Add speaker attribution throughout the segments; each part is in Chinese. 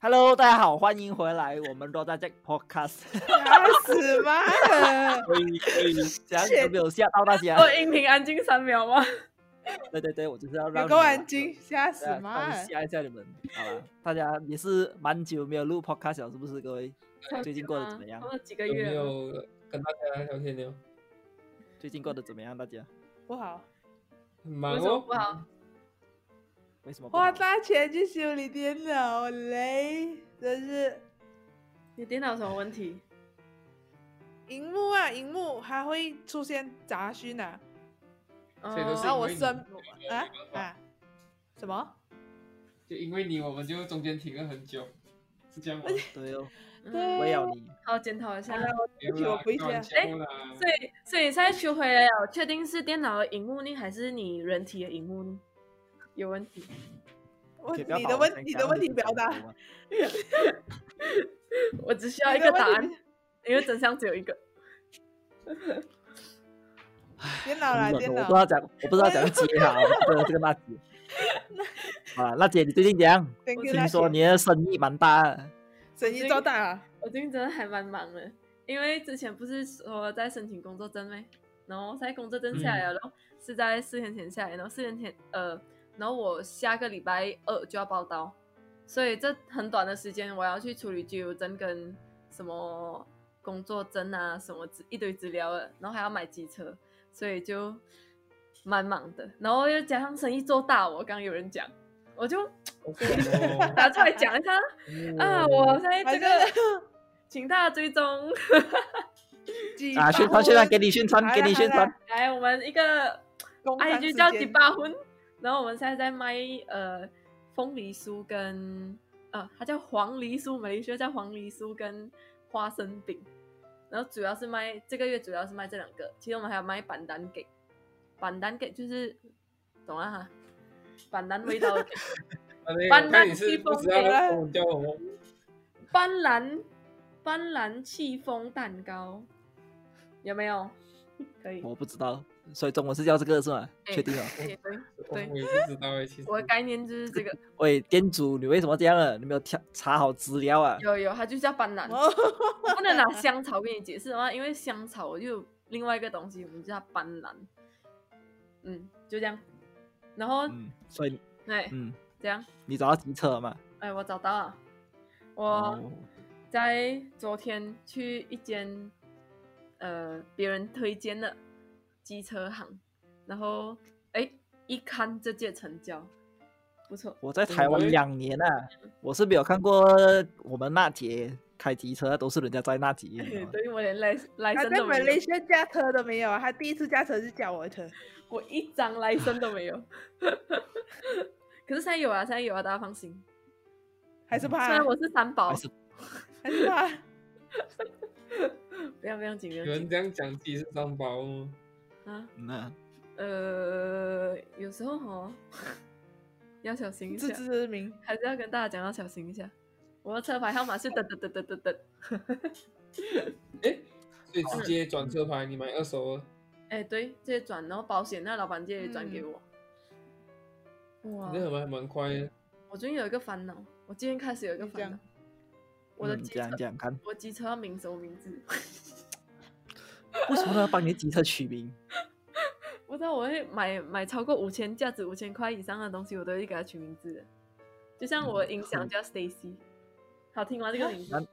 Speaker 1: Hello，大家好，欢迎回来，我们都在这 Podcast，
Speaker 2: 啊死吧！
Speaker 1: 所以所 以这样
Speaker 2: 谢
Speaker 1: 有没有吓到大 家？
Speaker 3: 做音频安静三秒吗？
Speaker 1: 对对对，我就是要让
Speaker 2: 有
Speaker 1: 你
Speaker 2: 够
Speaker 1: 们
Speaker 2: 安静，吓死
Speaker 1: 对啊
Speaker 2: 嘛！
Speaker 1: 稍微吓一下你们，好吧？大家也是蛮久没有录 Podcast 了，是不是各位？ 最近过得怎么样
Speaker 3: 过了几个
Speaker 4: 有
Speaker 3: 月
Speaker 4: 没
Speaker 3: 了，
Speaker 4: 有跟大家聊天聊？
Speaker 1: 最近过得怎么样？大家
Speaker 2: 不好，
Speaker 4: 很忙
Speaker 3: 为什么
Speaker 4: 哦
Speaker 3: 不，好？
Speaker 1: 为什么不好？
Speaker 2: 花大钱去修理电脑嘞，真是
Speaker 3: 你电脑有什么问题？
Speaker 2: 荧幕啊，荧幕还会出现杂讯啊！
Speaker 4: 所以都是
Speaker 3: 哦
Speaker 2: 然后我
Speaker 4: 因为你
Speaker 2: 生
Speaker 4: 没有
Speaker 2: 啊
Speaker 4: 没办法
Speaker 2: 啊，什
Speaker 3: 嗯
Speaker 2: 么？
Speaker 4: 就因为你，我们就中间停了很久，是这样吗？
Speaker 1: 对哦，
Speaker 2: 对
Speaker 1: 我要你，
Speaker 3: 好检讨一下。
Speaker 4: 没有
Speaker 2: 对不起
Speaker 4: 啦
Speaker 2: 我回一下
Speaker 4: 开玩笑啦
Speaker 3: 啊哎所以，所以现在取回来了，确定是电脑的荧幕呢，还是你人体的荧幕呢？有问题。
Speaker 2: 我
Speaker 1: 可以不要
Speaker 2: 你
Speaker 1: 把
Speaker 2: 的
Speaker 1: 我
Speaker 2: 问
Speaker 1: 想
Speaker 2: 你
Speaker 1: 讲
Speaker 2: 的问
Speaker 1: 就
Speaker 2: 题
Speaker 1: 是
Speaker 2: 表
Speaker 1: 讲
Speaker 2: 达，
Speaker 1: 出来嘛
Speaker 3: 我只需要
Speaker 2: 你
Speaker 3: 一
Speaker 2: 的
Speaker 3: 个
Speaker 2: 问
Speaker 3: 答
Speaker 2: 题
Speaker 3: 案，因为真相只有一个。
Speaker 2: 电脑啦，
Speaker 1: 很
Speaker 2: 电
Speaker 1: 冷嗯我
Speaker 2: 脑
Speaker 1: 不知道讲，我不知道讲接 好，这个这个娜姐。好了，娜姐，你最近怎样？
Speaker 2: ，thank you 啦
Speaker 1: 听说
Speaker 2: 姐
Speaker 1: 你的生意蛮大的，
Speaker 2: 生意做大了，
Speaker 3: 我最近真的还蛮忙的，因为之前不是说在申请工作证吗？然后在工作证下来了，然后是在四天前下来，然后四天前呃，然后我下个礼拜二就要报到，所以这很短的时间我要去处理居留证跟什么工作证啊，什么资一堆资料了，然后还要买机车，所以就蛮忙的。然后又加上生意做大，我刚有人讲，我就
Speaker 4: 好 爽
Speaker 3: 拿出来讲一下啦。
Speaker 4: 哦
Speaker 3: 啊，我
Speaker 4: 哦
Speaker 3: 在
Speaker 2: 反
Speaker 3: 这
Speaker 2: 正
Speaker 3: 个， 请大家追踪。
Speaker 2: 几
Speaker 1: 啊，
Speaker 2: 把
Speaker 1: 宣传宣传，
Speaker 2: 婚
Speaker 1: 给你宣传，
Speaker 2: 好
Speaker 1: 给
Speaker 2: 啦
Speaker 1: 你
Speaker 2: 好
Speaker 1: 宣传
Speaker 2: 啦。
Speaker 3: 来，我们一个
Speaker 2: 工商
Speaker 3: IG
Speaker 2: 时
Speaker 3: 叫
Speaker 2: 间
Speaker 3: 几把婚，然后我们现在在卖呃凤梨酥跟呃，它叫黄梨酥，美丽学叫黄梨酥跟花生饼，然后主要是卖这个月主要是卖这两个，其实我们还有卖板单给，板单给就是懂了哈，板单味道的 cake
Speaker 4: 那个
Speaker 3: 斑
Speaker 4: 我
Speaker 3: 斓
Speaker 4: 看你
Speaker 3: 披
Speaker 4: 是不
Speaker 3: 风
Speaker 4: 知道
Speaker 2: 给了
Speaker 4: 中文叫什么？
Speaker 3: 斑斓斑斓戚风蛋糕，有没有？可以，
Speaker 1: 我不知道，所以中文是叫这个是吗？
Speaker 3: 哎
Speaker 1: 确定啊？
Speaker 3: 可以可以对
Speaker 4: 我也不知道哎，其实
Speaker 3: 我的概念就是这个，
Speaker 1: 喂，店主，你为什么这样了？你没有查查好资料啊？
Speaker 3: 有有，它就叫斑斓。
Speaker 2: 哦
Speaker 3: 我不能拿香草跟你解释的话，因为香草我就有另外一个东西，我们叫它斑斓。嗯，就这样。然后，
Speaker 1: 嗯，所以
Speaker 3: 对，
Speaker 1: 嗯，
Speaker 3: 这样，
Speaker 1: 你找到机车了吗？
Speaker 3: 哎，我找到了。我
Speaker 1: 哦，
Speaker 3: 在昨天去一间呃别人推荐的机车行，然后哎一看这届成交，不错。
Speaker 1: 我在台湾
Speaker 4: 喂
Speaker 1: 两年啊，我是没有看过我们娜姐开机车，都是人家在娜姐。 你知道吗
Speaker 3: 对我连来来
Speaker 2: 他
Speaker 3: 生
Speaker 2: 在
Speaker 3: 都
Speaker 2: 马
Speaker 3: 没
Speaker 2: 来
Speaker 3: 有，
Speaker 2: 西亚驾车都没有啊，他第一次驾车是驾我的车。
Speaker 3: 我一张来生都没有。 可是现在有啊，现在有啊，大家放心。
Speaker 2: 还是怕，
Speaker 3: 虽然我是三宝
Speaker 1: 还，是
Speaker 2: 还是怕，
Speaker 3: 不要不要紧，不
Speaker 4: 有
Speaker 3: 要
Speaker 4: 人
Speaker 3: 紧
Speaker 4: 这样讲自己是三包吗？
Speaker 3: 啊。
Speaker 1: 那
Speaker 3: 呃，有时候哦， 要小心一下
Speaker 2: 自，知之明。
Speaker 3: 还是要跟大家讲要小心一下。我的车牌号码是等等等等等等。
Speaker 4: 哎，所以
Speaker 3: 嗯
Speaker 4: 直接转车牌，你买二手了，
Speaker 3: 哎，对，这些转，然后保险那老板这也转给我。哇
Speaker 2: 嗯
Speaker 4: 你，这还蛮还蛮快的。
Speaker 3: 我最近有一个烦恼，我今天开始有一个
Speaker 2: 你讲
Speaker 3: 烦恼，我的
Speaker 1: 嗯
Speaker 3: 机
Speaker 1: 这
Speaker 3: 车
Speaker 1: 样，这样看，
Speaker 3: 我机车要名什么名字？
Speaker 1: 为什么要帮你的机车取 名？
Speaker 3: 不知道我会买买超过五千，价值五千块以上的东西，我都会给它取名字的。就像我的音响叫 Stacy，好听吗？这个名字？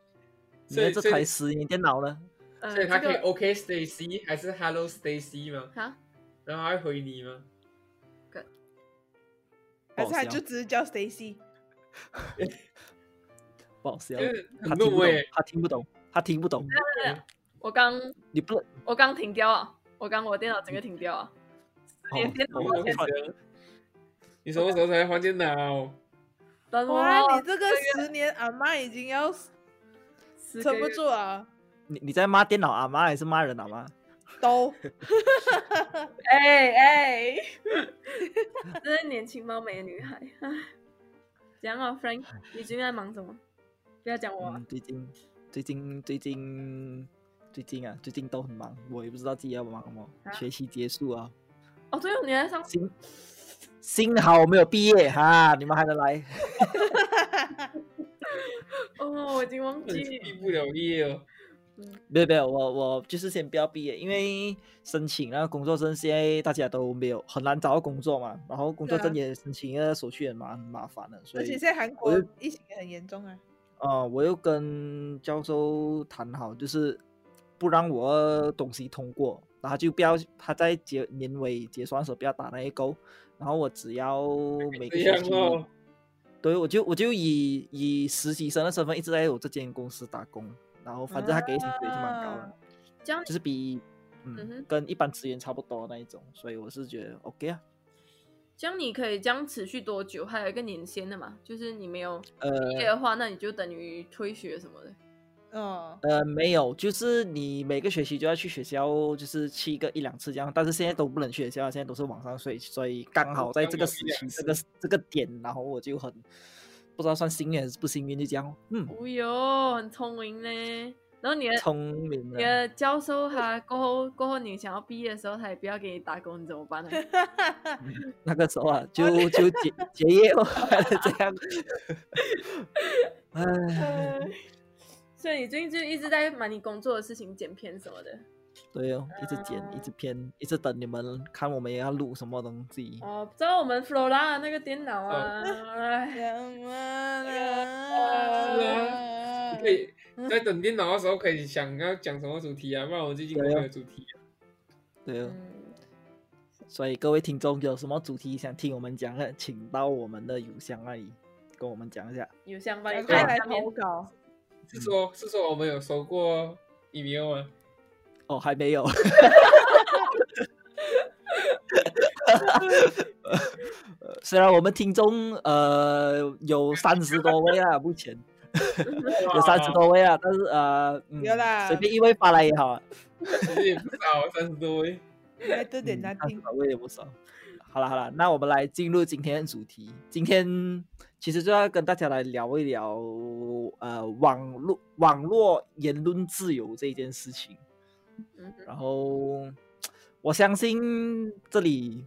Speaker 1: 你
Speaker 4: 所以
Speaker 1: 的这
Speaker 4: 所以
Speaker 1: 台十年电脑呢？
Speaker 3: 呃，
Speaker 4: 所以他
Speaker 3: 这
Speaker 4: 可以哦
Speaker 3: 个
Speaker 4: OK Stacy 还是 Hello Stacy 吗？
Speaker 3: 啊，
Speaker 4: 然后他会回你吗？
Speaker 2: 还是他
Speaker 1: 不好
Speaker 2: 就
Speaker 1: 笑
Speaker 2: 只是叫 Stacy，
Speaker 1: 不好笑
Speaker 4: 就，是
Speaker 1: 他
Speaker 4: 很欸
Speaker 1: 听不
Speaker 4: 怒
Speaker 1: 懂
Speaker 4: 哎，，
Speaker 1: 他听不懂，他听不懂。
Speaker 3: 我刚
Speaker 1: 你不能
Speaker 3: 我刚停掉啊，我刚我电脑整个停掉啊，连电脑
Speaker 1: 哦
Speaker 3: 都
Speaker 1: 我
Speaker 3: 没有
Speaker 1: 换
Speaker 4: 你什么时候才换电脑？
Speaker 3: 等我哦
Speaker 2: 哇，你这个十年阿妈已经要
Speaker 3: 十个
Speaker 2: 撑
Speaker 3: 月
Speaker 2: 不住了，
Speaker 1: 你你在骂电脑阿妈还是骂人阿妈？
Speaker 2: 都
Speaker 3: 哎哎， 真是年轻貌美的女孩。唉讲啊，Frank，你最近在忙什么？不要讲我啊
Speaker 1: 嗯，，最近最近最近最近啊，最近都很忙，我也不知道自己要忙什么。
Speaker 3: 啊
Speaker 1: 学习结束啊，
Speaker 3: 哦，对哦，你还在上
Speaker 1: 幸幸好我没有毕业哈，你们还能来。
Speaker 3: 哦，我已经忘
Speaker 4: 很
Speaker 3: 记
Speaker 4: 毕不了业哦。
Speaker 1: 没有没有，我我就是先不要毕业，因为申请那个工作证现在大家都没有很难找到工作嘛，然后工作
Speaker 2: 对啊
Speaker 1: 证也申请那个手续也蛮麻烦的，所
Speaker 2: 而且
Speaker 1: 以
Speaker 2: 现在韩
Speaker 1: 我
Speaker 2: 国
Speaker 1: 就
Speaker 2: 疫情也很严重啊。
Speaker 1: 啊、我又跟教授谈好，就是不让我东西通过，然后就不要他在结年尾结算的时候不要打那一勾，然后我只 要每个
Speaker 4: 这
Speaker 1: 学
Speaker 4: 样
Speaker 1: 期，
Speaker 4: 哦，
Speaker 1: 对我就我就以以实习生的身份一直在我这间公司打工，然后反正他给的薪水也是蛮高的
Speaker 2: 啊，
Speaker 3: 这样
Speaker 1: 就是比嗯
Speaker 3: 嗯哼
Speaker 1: 跟一般职员差不多那一种，所以我是觉得 OK 啊，
Speaker 3: 这样你可以这样持续多久？还有一个年限的嘛，就是你没有
Speaker 1: 呃
Speaker 3: 毕业的话，那你就等于退学什么的。
Speaker 2: 嗯，
Speaker 1: 呃，没有，就是你每个学期就要去学校，就是去个一两次这样。但是现在都不能去学校，现在都是网上睡，所以刚好在这
Speaker 4: 刚
Speaker 1: 个
Speaker 4: 好
Speaker 1: 时
Speaker 4: 一两
Speaker 1: 期、这个这个点，然后我就很不知道算幸运还是不幸运，就这样哦。嗯，
Speaker 3: 哦哟，很聪明呢。然后你的
Speaker 1: 聪明
Speaker 3: 你
Speaker 1: 的，
Speaker 3: 的教授他过后过后你想要毕业的时候，他也不要给你打工，你怎么 办呢？
Speaker 1: 那个时候啊，就就结结业哦， 这样。哎，
Speaker 3: 所以你最近就一直在忙你工作的事情，剪片什么的。
Speaker 1: 对哦，一直剪，一直编，一直等你们看我们要录什么东西。
Speaker 3: 哦，不知道我们 Flora 那个电脑啊，
Speaker 4: 哦
Speaker 3: 哎，
Speaker 2: 怎么啊嗯
Speaker 4: 呃你可以在等电脑的时候可以想要讲什么主题啊，不然我最近没有主题啊。
Speaker 1: 对哦，
Speaker 3: 嗯，
Speaker 1: 所以各位听众有什么主题想听我们讲的，请到我们的邮箱那里跟我们讲一下。
Speaker 3: 邮箱帮你
Speaker 2: 赶快
Speaker 3: 开在
Speaker 2: 来
Speaker 3: 下面
Speaker 2: 投。稿，
Speaker 1: 嗯
Speaker 4: 是说，是说我们有收过 email 吗？
Speaker 1: 哦，还没有。 呃虽然我们听众呃有三十多位啊，目前有
Speaker 4: 有
Speaker 1: 三十，多位啊，但是呃，嗯
Speaker 2: 有啦
Speaker 1: 随便一位发来也好啊，
Speaker 4: 其实也不少，三十多位。
Speaker 2: 来多点他
Speaker 1: 三十
Speaker 2: 听。
Speaker 1: 多位也不少。好了好了，那我们来进入今天的主题。今天其实就要跟大家来聊一聊呃网络网络言论自由这一件事情。
Speaker 3: 嗯哼
Speaker 1: 然后我相信这里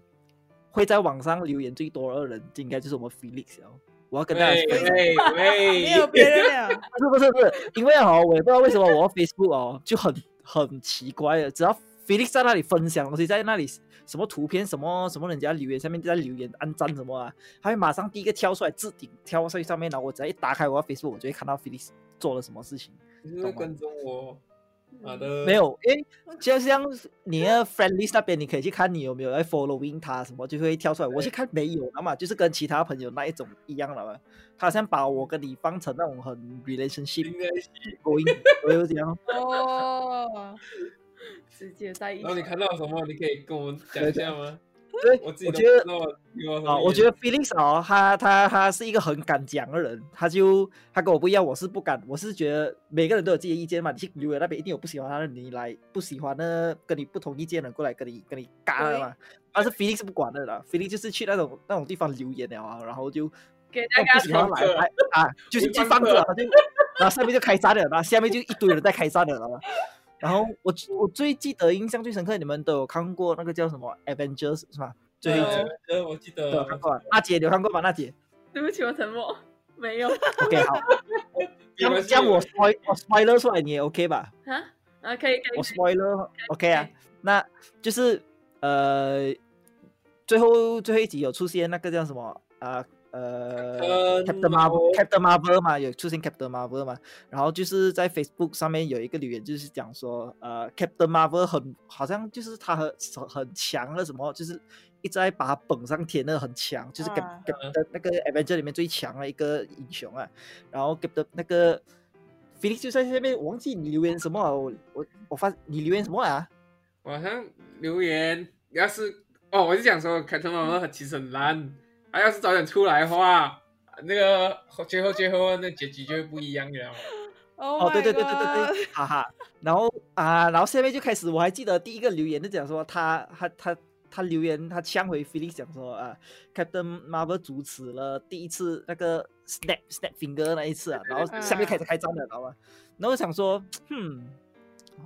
Speaker 1: 会在网上留言最多的人，应该就是我们 Felix 哦。我 要跟大家分
Speaker 4: 喂
Speaker 1: 享，
Speaker 4: 喂喂，
Speaker 2: 没有别人了，
Speaker 1: 不是不是不是，因为哦，我也不知道为什么我要 Facebook 哦就很很奇怪的，只要 Felix 在那里分享东西，在那里什么图片什么什么，人家留言下面就在留言按赞什么啊，他会马上第一个跳出来置顶跳上去上面，然后我只要一打开我的 Facebook，我就会看到 Felix 做了什么事情。
Speaker 4: 你是不是跟踪我？
Speaker 3: 嗯
Speaker 4: 好的，
Speaker 1: 没有，因为就像是你的 friend list 那边，你可以去看你有没有在 following 他什么，就会跳出来。我去看没有了嘛，就是跟其他朋友那一种一样了嘛。他好像把我跟你放成那种很 relationship
Speaker 4: 应该是。
Speaker 1: going，我有讲，
Speaker 2: 哦，
Speaker 3: 直接在一
Speaker 4: 然后你
Speaker 3: 起。
Speaker 4: 看到什么，你可以跟我们讲一下吗？
Speaker 1: 对，
Speaker 4: 我自己
Speaker 1: 我
Speaker 4: 都
Speaker 1: 觉得
Speaker 4: 不知道我有什么
Speaker 1: 啊，我
Speaker 4: 原
Speaker 1: 觉得 Felix 哦，他他他是一个很敢讲的人，他就他跟我不一样，我是不敢，我是觉得每个人都有自己的意见嘛，你去留言那边一定有不喜欢他的，你来不喜欢的跟你不同意见的人过来跟你跟你尬的嘛，但是 Felix 是不管的啦，Felix 就是去那种那种地方留言了啊，然后就
Speaker 3: 给
Speaker 1: 那种
Speaker 3: 大家
Speaker 1: 不喜欢
Speaker 4: 放
Speaker 1: 来
Speaker 4: 着
Speaker 1: 来啊，就是
Speaker 4: 回
Speaker 1: 去
Speaker 4: 放
Speaker 1: 放
Speaker 4: 着
Speaker 1: 着，他就然后上面就开战了，然后下面就一堆人在开战了，知道吗？然后我我最记得印象最深刻，你们都有看过那个叫什么 Avengers 是吧？最后啊一集
Speaker 4: 对对，呃我记得
Speaker 1: 都有看过吧，娜姐你有看过吗？娜姐？
Speaker 3: 对不起，我沉默。没 有
Speaker 1: OK，好，这样这样我 spoil 我 spoiler 出来你也 OK 吧？
Speaker 3: 啊啊，可以可以
Speaker 1: 我
Speaker 3: 可以
Speaker 1: spoiler OK 啊
Speaker 3: 可以，
Speaker 1: 那就是呃，最后最后一集有出现那个叫什么啊呃
Speaker 4: Captain
Speaker 1: Captain Marvel
Speaker 4: Marvel
Speaker 1: Captain Marvel 嘛，有出现 Captain Marvel 嘛，然后就是在 Facebook 上面有一个留言，就是讲说呃 Captain Marvel 很好像就是他很很强了什么，就是一直在把他捧上天的很强，就是 Cap、
Speaker 2: 啊
Speaker 1: Captain 那个 Avenger 里面最强的一个英雄啊，然后 Captain 那个 Felix 就在下面，我忘记你留言什么啊，我我我发你留言什么啊？
Speaker 4: 我好像留言，要是哦，我是想说，凯特妈妈
Speaker 2: 嗯
Speaker 4: 其实很烂，啊，要是早点出来的话，那个最后最后那结局就会不一 样了。
Speaker 2: 哦
Speaker 1: 哦，对对对对对对，哈哈。然后啊，然后下面就开始，我还记得第一个留言就讲说他他他他留言他呛回 Felix 讲说啊，Captain Marvel 主持了第一次那个 snap snap finger 那一次啊，然后下面就开始开战了，知道吗？然后我想说，哼，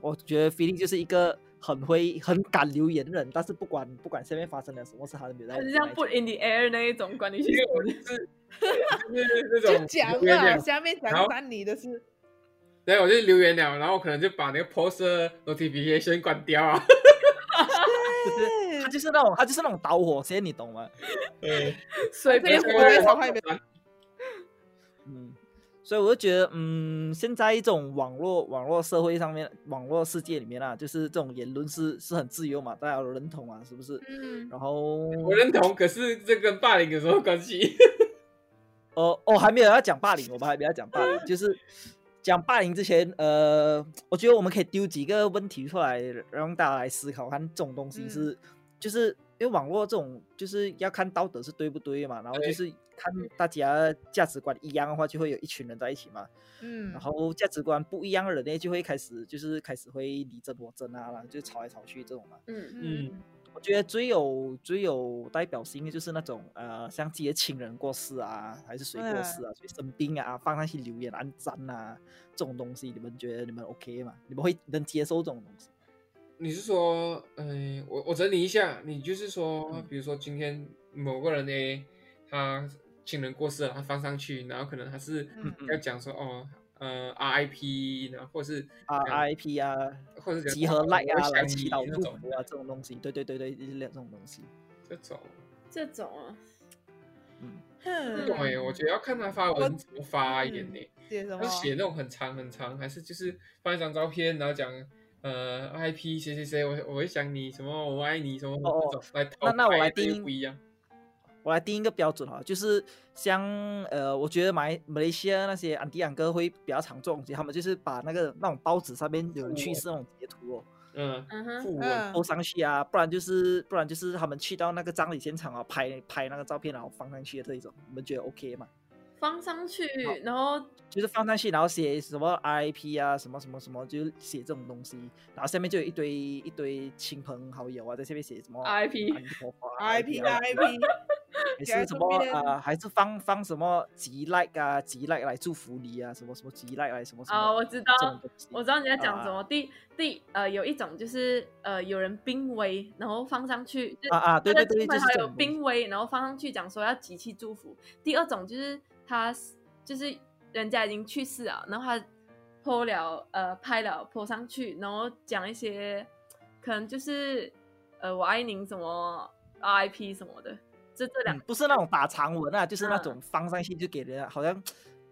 Speaker 1: 我觉得 Felix 就是一个。很会、很敢留言的人，但是不管不管下面发生了什么事，他都没有在。
Speaker 3: 他就像 put in the air 那一种，管你去
Speaker 4: 因
Speaker 3: 死
Speaker 4: 为我就是就是那
Speaker 2: 就
Speaker 4: 种
Speaker 2: 讲
Speaker 4: 留言
Speaker 2: 啊，
Speaker 4: 了，
Speaker 2: 下面
Speaker 4: 然后
Speaker 2: 讲三你的事。
Speaker 4: 对，我就留言了，然后我可能就把那个 post notification 关掉啊。
Speaker 1: 就是他就是那种他就是那种导火线，你懂吗？
Speaker 4: 对，
Speaker 3: 随便
Speaker 2: 这
Speaker 3: 回
Speaker 2: 个我也
Speaker 3: 来
Speaker 2: 想害别
Speaker 1: 嗯，所以我就觉得，嗯，现在一种网络网络社会上面，网络世界里面啊，就是这种言论是是很自由嘛，大家都认同啊，是不是？
Speaker 2: 嗯，
Speaker 1: 然后，
Speaker 4: 哎我认同，可是这跟霸凌有什么关系？
Speaker 1: 呃，哦，还没有要讲霸凌，我们还没有要讲霸凌，就是讲霸凌之前，呃，我觉得我们可以丢几个问题出来，让大家来思考，看这种东西是，就是因为网络这种，就是要看道德是对不对嘛，然后就
Speaker 4: 对嗯
Speaker 1: 是看大家价值观一样的话，就会有一群人在一起嘛。
Speaker 2: 嗯，
Speaker 1: 然后价值观不一样的人呢，就会开始就是开始会你争我争啊啦，就吵来吵去这种嘛。
Speaker 3: 嗯，
Speaker 4: 嗯，
Speaker 1: 我觉得最有最有代表性的就是那种呃，像自己的亲人过世啊，还是谁过世
Speaker 2: 嗯
Speaker 1: 啊，谁生病啊，放上去留言按赞啊，这种东西，你们觉得你们 OK 吗？你们会能接受这种东西？
Speaker 4: 你是说，嗯、我我整理一下，你就是说
Speaker 1: 嗯，
Speaker 4: 比如说今天某个人 A，他亲人过世了，他放上去，然后可能他是
Speaker 2: 嗯
Speaker 4: 要讲说，哦，呃，RIP，然后或是
Speaker 1: 啊
Speaker 4: 讲
Speaker 1: ，RIP 啊，
Speaker 4: 或者讲
Speaker 1: 集合
Speaker 4: 哦
Speaker 1: like
Speaker 4: 我
Speaker 1: 啊，
Speaker 4: 想
Speaker 1: 来
Speaker 4: 你
Speaker 1: 祈祷
Speaker 4: 那
Speaker 1: 祝
Speaker 4: 种
Speaker 1: 福啊，这种东西，对对对对，就是这种东西，
Speaker 4: 这种。
Speaker 3: 这种啊，
Speaker 1: 嗯，
Speaker 2: 哼
Speaker 3: 嗯
Speaker 4: 对，我觉得要看他发
Speaker 2: 我
Speaker 4: 文怎么发一点
Speaker 2: 嗯
Speaker 4: 呢、
Speaker 2: 写什么
Speaker 1: 啊
Speaker 4: 要？写那种很长很长，还是就是放一张照片，然后讲呃 IP 谁谁谁，我我会想你什么，我爱你什么
Speaker 1: 哦
Speaker 4: 这种来套
Speaker 1: 那那我
Speaker 4: 牌
Speaker 1: 来
Speaker 4: 这又
Speaker 1: 定
Speaker 4: 不一样。
Speaker 1: 我来定一个标准哈，就是像呃，我觉得马来马来西亚那些安迪安哥会比较常做的东西，他们就是把那个那种报纸上面有人去世那种截图哦，
Speaker 4: 嗯，
Speaker 3: 嗯哼，
Speaker 4: 副文
Speaker 2: 嗯
Speaker 1: 抛上去啊，不然就是不然就是他们去到那个葬礼现场啊，拍拍那个照片然后放上去的这一种，你们觉得 OK 吗？
Speaker 3: 放上去，然后
Speaker 1: 就是放上去然后写什么 RIP 啊，什么什么什么，就是写这种东西，然后下面就有一堆一堆亲朋好友啊，在下面写什么
Speaker 3: RIP
Speaker 1: 阿弥陀佛啊
Speaker 2: IP
Speaker 1: 啊
Speaker 2: IP，
Speaker 1: 还是什么
Speaker 2: 给他送
Speaker 1: 呃，还是放放什么吉 like 啊，吉 like 来祝福你啊，什么什么吉 like 来什么什么
Speaker 3: 啊，我知道
Speaker 1: 这，种东西
Speaker 3: 我知道你在讲什
Speaker 1: 啊
Speaker 3: 么。第第呃，有一种就是呃，有人濒危，然后放上去，就
Speaker 1: 啊啊对
Speaker 3: 他的
Speaker 1: 对对
Speaker 3: 亲朋
Speaker 1: 就是
Speaker 3: 好
Speaker 1: 这
Speaker 3: 友
Speaker 1: 种东
Speaker 3: 濒危，然后放上去讲说要集气祝福。第二种就是他就是人家已经去世了，然后他泼了呃拍了泼上去，然后讲一些可能就是呃我爱您什么 RIP 什么的，这这两
Speaker 1: 嗯，不是那种打长文 啊，就是那
Speaker 3: 嗯
Speaker 1: 种放上去就给人家好像，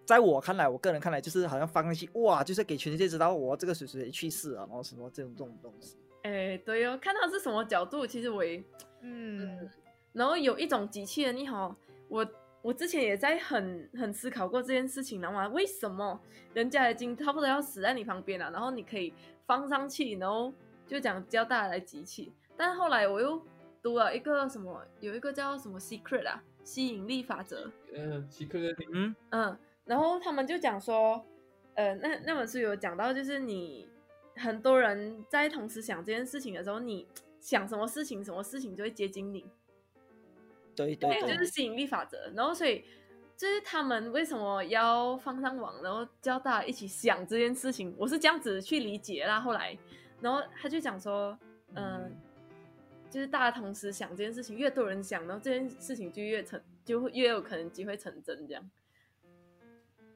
Speaker 1: 在我看来，我个人看来就是好像放上去哇，就是给全世界知道我这个谁谁谁去世啊，然后什么这种这种东西。
Speaker 3: 哎对哦，看到是什么角度，其实我也
Speaker 2: 嗯，
Speaker 3: 然后有一种机器人，你好，我我之前也在很很思考过这件事情，然后啊为什么人家已经差不多要死在你旁边了，然后你可以放上去，然后就讲教大家来集气。但后来我又读了一个什么，有一个叫什么 secret 啊，吸引力法则，
Speaker 4: 嗯，奇克的
Speaker 1: 嗯，
Speaker 3: 嗯，然后他们就讲说，呃，那那本书有讲到，就是你很多人在同时想这件事情的时候，你想什么事情，什么事情就会接近你。
Speaker 1: 对对
Speaker 3: 对，
Speaker 1: 对，
Speaker 3: 就是吸引力法则。然后所以就是他们为什么要放上网，然后教大家一起想这件事情，我是这样子去理解啦。后来，然后他就讲说，嗯、
Speaker 1: 嗯
Speaker 3: 就是大家同时想这件事情，越多人想，然后这件事情就越成，就会越有可能机会成真。这样，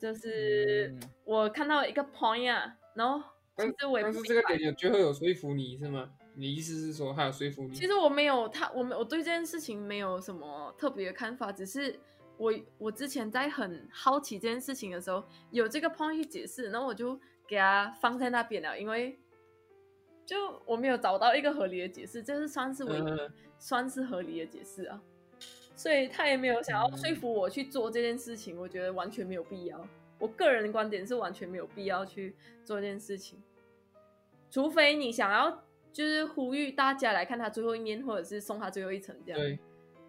Speaker 3: 就是
Speaker 1: 嗯
Speaker 3: 我看到一个 point 啊，然后其实我也不
Speaker 4: 但是这个
Speaker 3: 明白
Speaker 4: 点有最后有说服你是吗？你意思是说他有说服你？
Speaker 3: 其实我没有他，我没我对这件事情没有什么特别的看法，只是我我之前在很好奇这件事情的时候，有这个 point 去解释，然后我就给他放在那边了，因为就我没有找到一个合理的解释，这是算是我一个、
Speaker 4: 嗯
Speaker 3: 算是合理的解释啊，所以他也没有想要说
Speaker 1: 嗯
Speaker 3: 服我去做这件事情，我觉得完全没有必要。我个人观点是完全没有必要去做这件事情，除非你想要就是呼吁大家来看他最后一面，或者是送他最后一程这样。
Speaker 4: 对，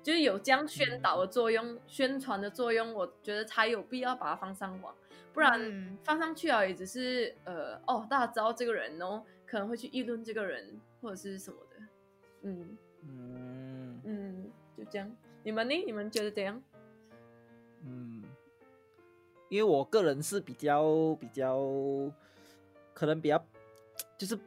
Speaker 3: 就是有这样宣导的作用、宣传的作用，我觉得才有必要把它放上网，不然
Speaker 2: 嗯
Speaker 3: 放上去啊，也只是呃哦，大家知道这个人，然后可能会去议论这个人或者是什么的，嗯
Speaker 1: 嗯
Speaker 3: 嗯，就这样。你们呢？你们觉得怎样？
Speaker 1: 嗯，因为我个人是比较比较，可能比较就是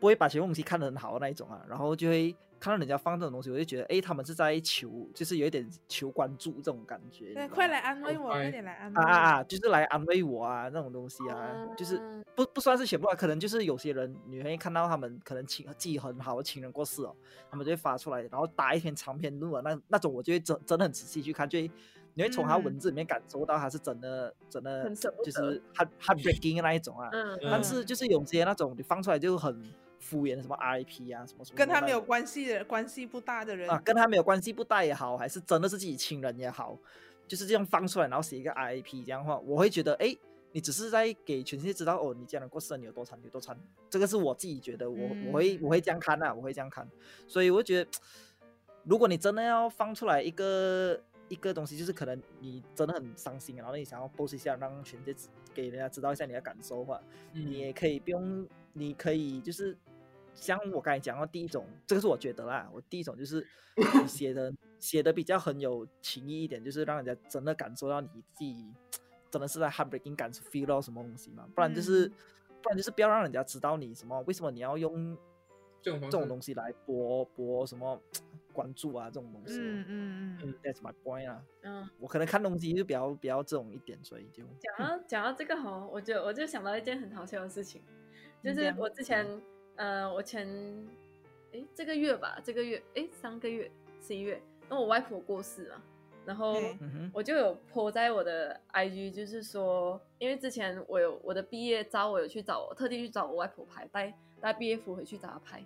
Speaker 1: 不会把全部东西看得很好的那一种啊，然后就会看到人家放这种东西，我就觉得，哎，他们是在求，就是有一点求关注这种感觉。你知
Speaker 2: 对，
Speaker 1: 道
Speaker 2: 快
Speaker 1: 吗
Speaker 2: 来安慰
Speaker 4: 好
Speaker 2: 我，
Speaker 4: 乖
Speaker 2: 快点来安慰
Speaker 1: 啊
Speaker 2: 我。
Speaker 1: 啊啊！就是来安慰我啊，那种东西啊，就是
Speaker 3: 嗯
Speaker 1: 不不算是全部啊，可能就是有些人，女生一看到他们可能情自己很好的情人过世哦，他们就会发出来，然后打一篇长篇论文，那那种我就会真真的很仔细去看，就会你会从他文
Speaker 2: 嗯
Speaker 1: 字里面感受到他是真的真的
Speaker 3: 很舍不
Speaker 1: 就
Speaker 3: 得
Speaker 1: 是 heart heartbreaking 的那一种啊，
Speaker 3: 嗯，
Speaker 1: 但
Speaker 4: 嗯
Speaker 1: 是就是有些那种你放出来就很敷衍，什么 RIP 啊，什么什么
Speaker 2: 跟
Speaker 1: 的
Speaker 2: 他
Speaker 1: 那
Speaker 2: 没有
Speaker 1: 种
Speaker 2: 关系的，关系不大的人
Speaker 1: 啊，跟他没有关系不大也好，还是真的是自己亲人也好，就是这样放出来，然后写一个 RIP 这样的话，我会觉得，哎，你只是在给全世界知道，哦，你家人过世了，你有多惨，你有多惨。这个是我自己觉得，我我会我会这样看啊，我会这样看。所以我觉得，如果你真的要放出来一个一个东西，就是可能你真的很伤心，然后你想要 post 一下，让全世界知给人家知道一下你的感受的话，
Speaker 4: 嗯
Speaker 1: 你也可以不用，你可以就是像我刚才讲到第一种，这个是我觉得啦，我第一种就是你写的写的比较很有情意一点，就是让人家真的感受到你自己真的是在 heartbreaking 感受 feel 到什么东西嘛，不然就是、
Speaker 2: 嗯
Speaker 1: 不然就是不要让人家知道你什么，为什么你要用
Speaker 4: 这种方
Speaker 1: 这种
Speaker 4: 式
Speaker 1: 东西来博博什么关注啊这种东西、
Speaker 2: 嗯嗯嗯，
Speaker 1: t h a t s my point 啊，
Speaker 3: 嗯，
Speaker 1: 我可能看东西就比较比较这种一点，所以就
Speaker 3: 讲到讲到这个哈，我就我就想到一件很好笑的事情，就
Speaker 2: 你
Speaker 3: 是
Speaker 2: 讲
Speaker 3: 我之前呃，我前诶这个月吧，这个月诶上个月十一月，那我外婆过世嘛，然后
Speaker 2: 对
Speaker 1: 嗯哼，
Speaker 3: 我就有 po 在我的 IG，就是说，因为之前我有我的毕业照，我有去找我特地去找我外婆拍，带带毕业服回去找她拍，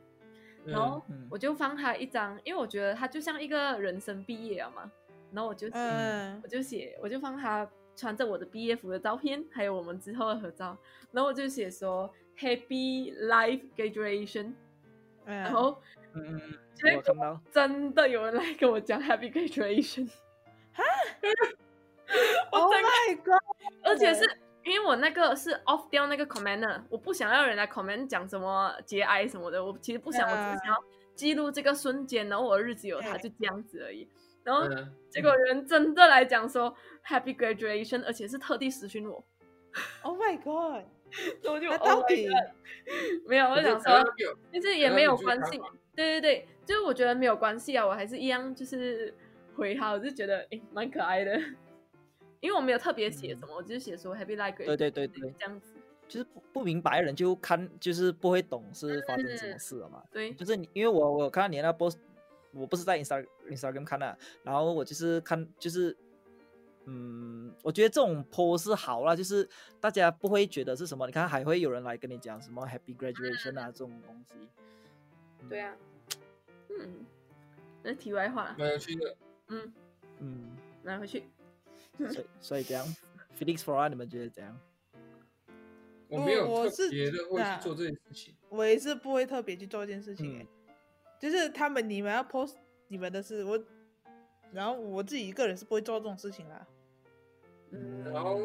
Speaker 3: 然后
Speaker 1: 嗯
Speaker 3: 我就放她一张，因为我觉得她就像一个人生毕业了嘛，然后我就写、
Speaker 2: 嗯
Speaker 3: 我就写我就放她穿着我的毕业服的照片，还有我们之后的合照，然后我就写说 Happy Life Graduation，
Speaker 2: 嗯，
Speaker 3: 然后
Speaker 1: 嗯嗯嗯，
Speaker 3: 结
Speaker 1: 我
Speaker 3: 果
Speaker 1: 看到。
Speaker 3: 真的有人来跟我讲 Happy Graduation。
Speaker 2: Oh my god！
Speaker 3: 而且是因为我那个是 off 掉那个 comment 的，我不想要人家 comment 讲什么节哀什么的，我其实不想，我只是想要记录这个瞬间，然后我的日子有它，
Speaker 2: 啊对
Speaker 3: 就这样子而已。然后
Speaker 4: 嗯
Speaker 3: 结果人真的来讲说 Happy Graduation，而且是特地私讯我，
Speaker 2: ，Oh my god！
Speaker 3: 然后我就
Speaker 2: 那
Speaker 3: Oh my
Speaker 2: 到底
Speaker 3: God 没有，我就
Speaker 4: 我就
Speaker 3: 想
Speaker 4: 想要
Speaker 3: 说，
Speaker 4: 有
Speaker 3: 但是也
Speaker 4: 想要
Speaker 3: 没有
Speaker 4: 你去
Speaker 3: 关
Speaker 4: 看
Speaker 3: 系
Speaker 4: 嘛。
Speaker 3: 对对对，就是我觉得没有关系啊，我还是一样就是回他，我就觉得诶蛮可爱的，因为我没有特别写什么，我就写说 Happy Life Graduation，
Speaker 1: 对对对对
Speaker 3: 这样子。
Speaker 1: 就是不不明白的人就看，就是不会懂是发生什么事了嘛。
Speaker 3: 对，
Speaker 1: 就是你，因为我我看到你那 post，我不是在 Insta Instagram 看的，然后我就是看就是，嗯，我觉得这种 post 是好啦，就是大家不会觉得是什么，你看还会有人来跟你讲什么 Happy Graduation
Speaker 3: 嗯
Speaker 1: 啊这种东西。
Speaker 3: 对啊，嗯，那题外话啦，
Speaker 4: 蛮有趣的，
Speaker 3: 嗯，
Speaker 1: 嗯，
Speaker 3: 拿回去。
Speaker 1: 所以所以这样，Felix Flora 你们觉得怎样？
Speaker 4: 我没有
Speaker 2: 我
Speaker 4: 特
Speaker 2: 是
Speaker 4: 别的会
Speaker 2: 那
Speaker 4: 去做这件事情。
Speaker 2: 我也是不会特别去做这件事情、欸，
Speaker 1: 嗯
Speaker 2: 就是他们你们要 post 你们的事，我，然后我自己一个人是不会做这种事情啦。
Speaker 3: 嗯
Speaker 4: 然后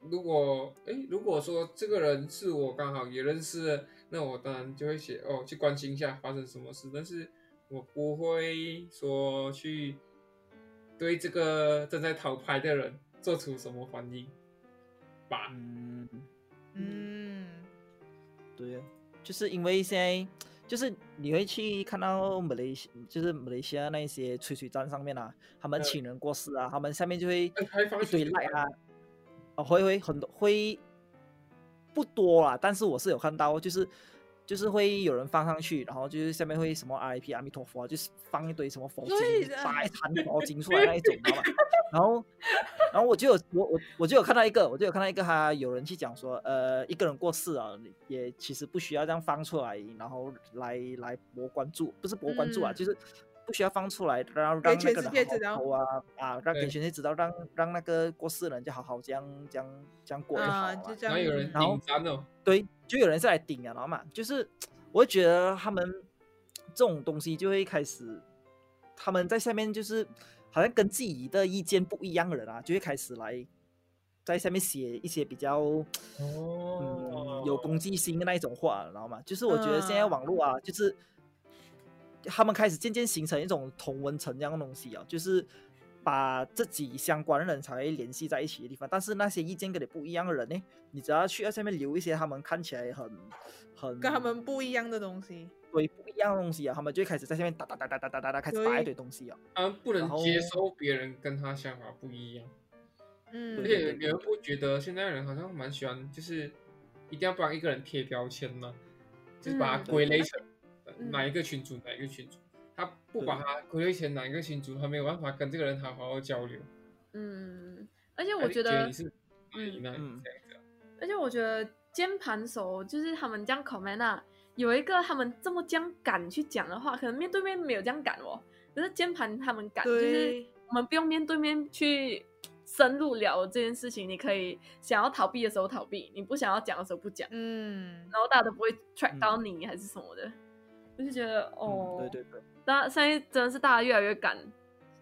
Speaker 4: 如果诶，如果说这个人是我刚好也认识的，那我当然就会写哦，去关心一下发生什么事。但是我不会说去对这个正在逃拍的人做出什么反应吧。
Speaker 1: 嗯，
Speaker 2: 嗯，
Speaker 1: 对啊，就是因为现在就是你会去看到马来西，就是马来西亚那一些吹水站上面啊，他们
Speaker 4: 嗯
Speaker 1: 亲人过世啊，他们下面就会
Speaker 4: 哎还放
Speaker 1: 一
Speaker 4: 水
Speaker 1: 堆
Speaker 4: 水
Speaker 1: like 啊，哦，会会很多会不多啦，但是我是有看到，就是就是会有人放上去，然后就是下面会什么 RIP 阿弥陀佛啊，就是放一堆什么佛经
Speaker 2: 对，的
Speaker 1: 大一坛佛经出来那一种，你知道吗？然后然后我就有我我我就有看到一个，我就有看到一个，他有人去讲说，呃，一个人过世啊，也其实不需要这样放出来，然后来来博关注，不是博关注啊，
Speaker 2: 嗯
Speaker 1: 就是不需要放出来，然后让那
Speaker 2: 全
Speaker 1: 个
Speaker 2: 世
Speaker 1: 人
Speaker 2: 界
Speaker 1: 好好
Speaker 2: 知道
Speaker 1: 活啊啊，让给
Speaker 4: 对
Speaker 1: 全世界知道，让让那个过世的人就好好这样这样这样过就好
Speaker 2: 啊，
Speaker 1: 了嘛。
Speaker 2: 就这样。
Speaker 4: 然后有人
Speaker 1: 然后
Speaker 4: 顶单哦，
Speaker 1: 对，就有人是来顶啊，然后嘛，就是我会觉得他们这种东西就会开始，他们在下面就是好像跟自己的意见不一样的人啊，就会开始来在下面写一些比较嗯
Speaker 4: 哦
Speaker 1: 有攻击性的那一种话，然后嘛，就是我觉得现在
Speaker 2: 嗯
Speaker 1: 网络啊，就是他们开始渐渐形成一种同文层这样的东西啊，就是。把自己相关的人才联系在一起的地方，但是那些意见跟你不一样的人呢，你只要去到下面留一些他们看起来很很
Speaker 2: 跟他们不一样的东西。
Speaker 1: 堆不一样的东西啊，他们就会开始在下面打打打打打打打打，开始
Speaker 2: 有
Speaker 1: 打一
Speaker 2: 一
Speaker 1: 堆东西啊。
Speaker 4: 他们不能
Speaker 1: 然后
Speaker 4: 接受别人跟他想法不一样。而
Speaker 2: 嗯，
Speaker 4: 且你们不觉得现在人好像蛮喜欢，就是一定要帮一个人贴标签吗？就是把他
Speaker 3: 嗯
Speaker 4: 归类成呃
Speaker 3: 嗯
Speaker 4: 哪一个群组，哪一个群组。他不把他归类成哪一个群组，他没有办法跟这个人好好交流。
Speaker 3: 嗯，而且
Speaker 4: 他
Speaker 3: 我
Speaker 4: 就
Speaker 3: 觉
Speaker 4: 哎得
Speaker 3: 得
Speaker 4: 你，是哪里哪里
Speaker 1: 嗯
Speaker 4: 这样子啊。
Speaker 3: 而且我觉得键盘手就是他们这样 comment 啊，有一个他们这么这样敢去讲的话，可能面对面没有这样敢哦，可是键盘他们敢，就是
Speaker 2: 对
Speaker 3: 我们不用面对面去深入聊这件事情，你可以想要逃避的时候逃避，你不想要讲的时候不讲，
Speaker 2: 嗯，
Speaker 3: 然后大家都不会 track 到你还是什么的，我就觉得哦
Speaker 1: 嗯，，对对对，
Speaker 3: 大家现在真的是大家越来越敢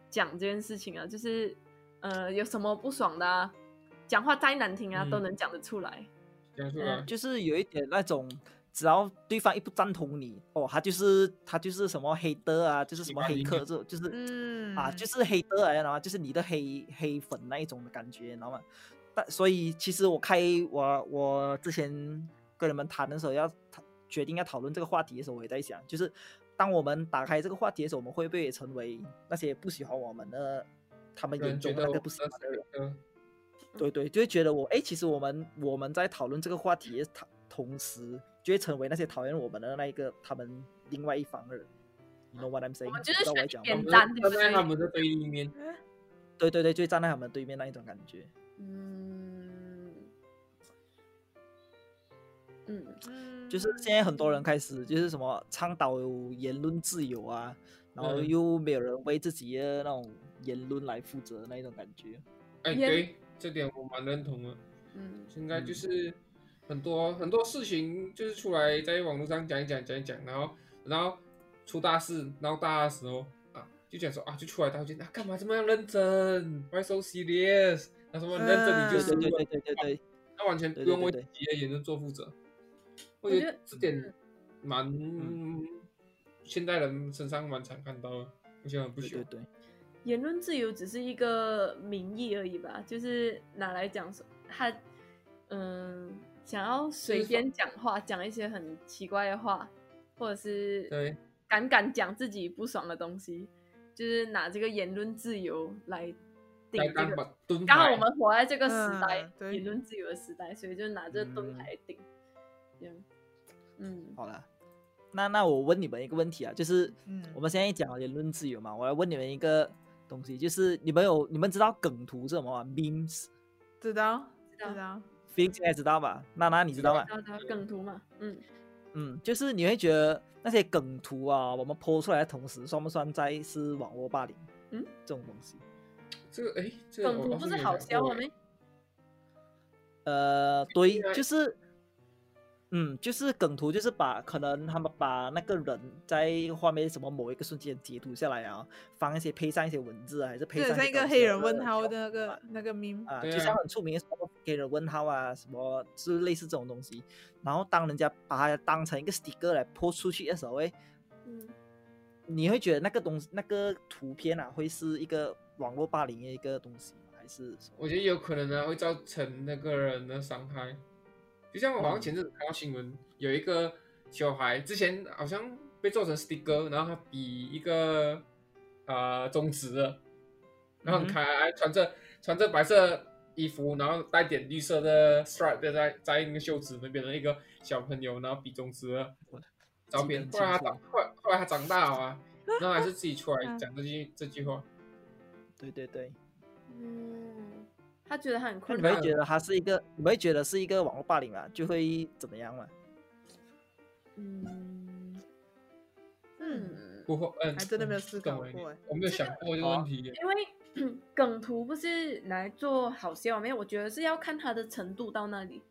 Speaker 3: 讲这件事情啊，就是呃有什么不爽的啊，讲话再难听啊、
Speaker 4: 嗯
Speaker 3: 都能讲得出来。
Speaker 4: 讲出来，
Speaker 1: 就是有一点那种，只要对方一不赞同你，哦，他就是他就是什么黑的啊，就是什么黑客，这种就是
Speaker 2: 嗯
Speaker 1: 啊，就是黑的来的嘛，就是你的黑黑粉那一种的感觉，你知道吗？但所以其实我开我我之前跟你们谈的时候要谈决定要讨论这个话题的时候，我也在想，就是当我们打开这个话题的时候，我们会不会也成为那些不喜欢我们的他们
Speaker 4: 有
Speaker 1: 眼
Speaker 4: 人觉
Speaker 1: 中的
Speaker 4: 得
Speaker 1: 那
Speaker 4: 我
Speaker 1: 个不喜欢的人？
Speaker 4: 呃
Speaker 3: 嗯
Speaker 1: 对对，就会觉得我哎，其实我们我们在讨论这个话题的讨同时，就会成为那些讨厌我们的那一个他们另外一方的人。You know what I'm saying？
Speaker 3: 我们就是
Speaker 1: 你知道我
Speaker 3: 选
Speaker 1: 在
Speaker 3: 一
Speaker 1: 讲
Speaker 3: 边
Speaker 1: 吗
Speaker 4: 我们
Speaker 3: 赞对不
Speaker 4: 站在
Speaker 3: 对
Speaker 4: 他们的对立面，
Speaker 1: 对对对，就会站在他们对面那一种感觉。
Speaker 3: 嗯嗯，
Speaker 1: 就是现在很多人开始就是什么倡导言论自由啊，然后
Speaker 4: 嗯
Speaker 1: 又没有人为自己的那种言论来负责的那一种感觉。
Speaker 4: 哎，
Speaker 3: 也
Speaker 4: 对，这点我蛮认同的。
Speaker 3: 嗯
Speaker 4: 现在就
Speaker 1: 嗯
Speaker 4: 是很多、很多事情，就是出来在网络上讲一讲讲一讲，然后然后出大事闹大的时候啊，就讲说啊，就出来道歉，啊，干嘛这么样认真？Why so serious？那、什啊么认
Speaker 3: 嗯
Speaker 4: 真你
Speaker 1: 对
Speaker 4: 就输
Speaker 1: 对啊对对，对
Speaker 4: 了
Speaker 1: 对对，
Speaker 4: 那、完全不
Speaker 1: 对
Speaker 4: 用
Speaker 1: 对
Speaker 4: 为自
Speaker 1: 对
Speaker 4: 己的言论做负责。我
Speaker 3: 我
Speaker 4: 觉
Speaker 3: 觉
Speaker 4: 得
Speaker 3: 得嗯
Speaker 4: 这点蛮、
Speaker 1: 嗯
Speaker 4: 现代人身上蛮常看到的，我觉得很不
Speaker 1: 对
Speaker 4: 喜
Speaker 1: 对
Speaker 4: 欢。
Speaker 1: 对，
Speaker 3: 言论自由只是一个名义而已吧，就是拿来讲说他嗯、想要随便讲话，讲一些很奇怪的话，或者是
Speaker 4: 对
Speaker 3: 敢敢讲自己不爽的东西，就是拿这个言论自由来顶
Speaker 4: 来
Speaker 3: 这
Speaker 4: 当
Speaker 3: 个。
Speaker 4: 把盾
Speaker 3: 刚好
Speaker 4: 牌
Speaker 3: 我们活在这个时代
Speaker 2: 嗯，对
Speaker 3: 言论自由的时代，所以就拿这盾牌来顶，这样，嗯
Speaker 1: 好了。那那我问你们一个问题啊，就是
Speaker 2: 嗯
Speaker 1: 我们现在讲言论自由嘛，我来问你们一个东西，就是你们有你们知道梗图是什么吗？memes，
Speaker 2: 知道
Speaker 3: 知道
Speaker 2: 知道，
Speaker 1: 飞应该知道吧？娜娜你知道吧？
Speaker 3: 然后梗图嘛，嗯，
Speaker 1: 嗯，就是你会觉得那些梗图啊，我们剖出来的同时，算不算在是网络霸凌？
Speaker 3: 嗯，
Speaker 1: 这种东西。
Speaker 4: 这个哎，这个
Speaker 3: 梗
Speaker 4: 我
Speaker 3: 图
Speaker 4: 倒
Speaker 3: 不
Speaker 4: 是
Speaker 3: 是
Speaker 4: 没
Speaker 3: 好
Speaker 4: 想
Speaker 3: 笑
Speaker 4: 过
Speaker 3: 的
Speaker 4: 哎
Speaker 3: 吗？
Speaker 1: 呃，对，
Speaker 4: 对啊
Speaker 1: 就是，嗯，就是梗图，就是把可能他们把那个人在画面什么某一个瞬间截图下来啊，放一些配上一些文字啊，还是配
Speaker 2: 这
Speaker 1: 上
Speaker 2: 很像
Speaker 1: 些
Speaker 2: 一个
Speaker 1: 搞
Speaker 2: 黑
Speaker 1: 笑
Speaker 2: 人问
Speaker 1: 的
Speaker 2: 号
Speaker 1: 小
Speaker 2: 的那
Speaker 1: 品
Speaker 2: 个那个 meme，
Speaker 1: 啊，
Speaker 4: 对
Speaker 1: 就像
Speaker 4: 啊
Speaker 1: 很出名的什么黑人问号啊，什么就是类似这种东西。然后当人家把它当成一个 sticker 来泼出去的时候，哎，
Speaker 3: 嗯，
Speaker 1: 你会觉得那个东西那个图片啊，会是一个网络霸凌的一个东西吗？还是什么？
Speaker 4: 我觉得有可能啊，会造成那个人的伤害。就像我好像前阵子看到新闻，有一个小孩之前好像被做成 sticker，然后他比一个呃中指的，然后
Speaker 1: 嗯
Speaker 4: 很
Speaker 1: 哼
Speaker 4: 可爱，穿着穿着白色衣服，然后带点绿色的 stripe 的在在那个袖子那边的一个小朋友，然后比中指的
Speaker 1: 我
Speaker 4: 照片。
Speaker 1: 记
Speaker 4: 后
Speaker 1: 得
Speaker 4: 来
Speaker 1: 很
Speaker 4: 他
Speaker 1: 清
Speaker 4: 长，后来后来他长大 了啊，然后还是自己出来
Speaker 2: 嗯
Speaker 4: 讲这句这句话。
Speaker 1: 对对对，
Speaker 3: 嗯，他觉得他很
Speaker 1: 那
Speaker 3: 困
Speaker 1: 你
Speaker 3: 扰
Speaker 1: 们会。觉
Speaker 2: 嗯
Speaker 1: 得它是一个，你们会觉得是一个网络霸凌嘛？就会怎么样嘛？
Speaker 3: 嗯嗯，
Speaker 4: 不会，嗯，
Speaker 2: 还真的没有思
Speaker 4: 懂
Speaker 2: 考
Speaker 4: 哎
Speaker 2: 过哎，
Speaker 4: 我没有想过这个问题。
Speaker 3: 因为 梗图不是拿来做好笑没有？我觉得是要看他的程度到那里。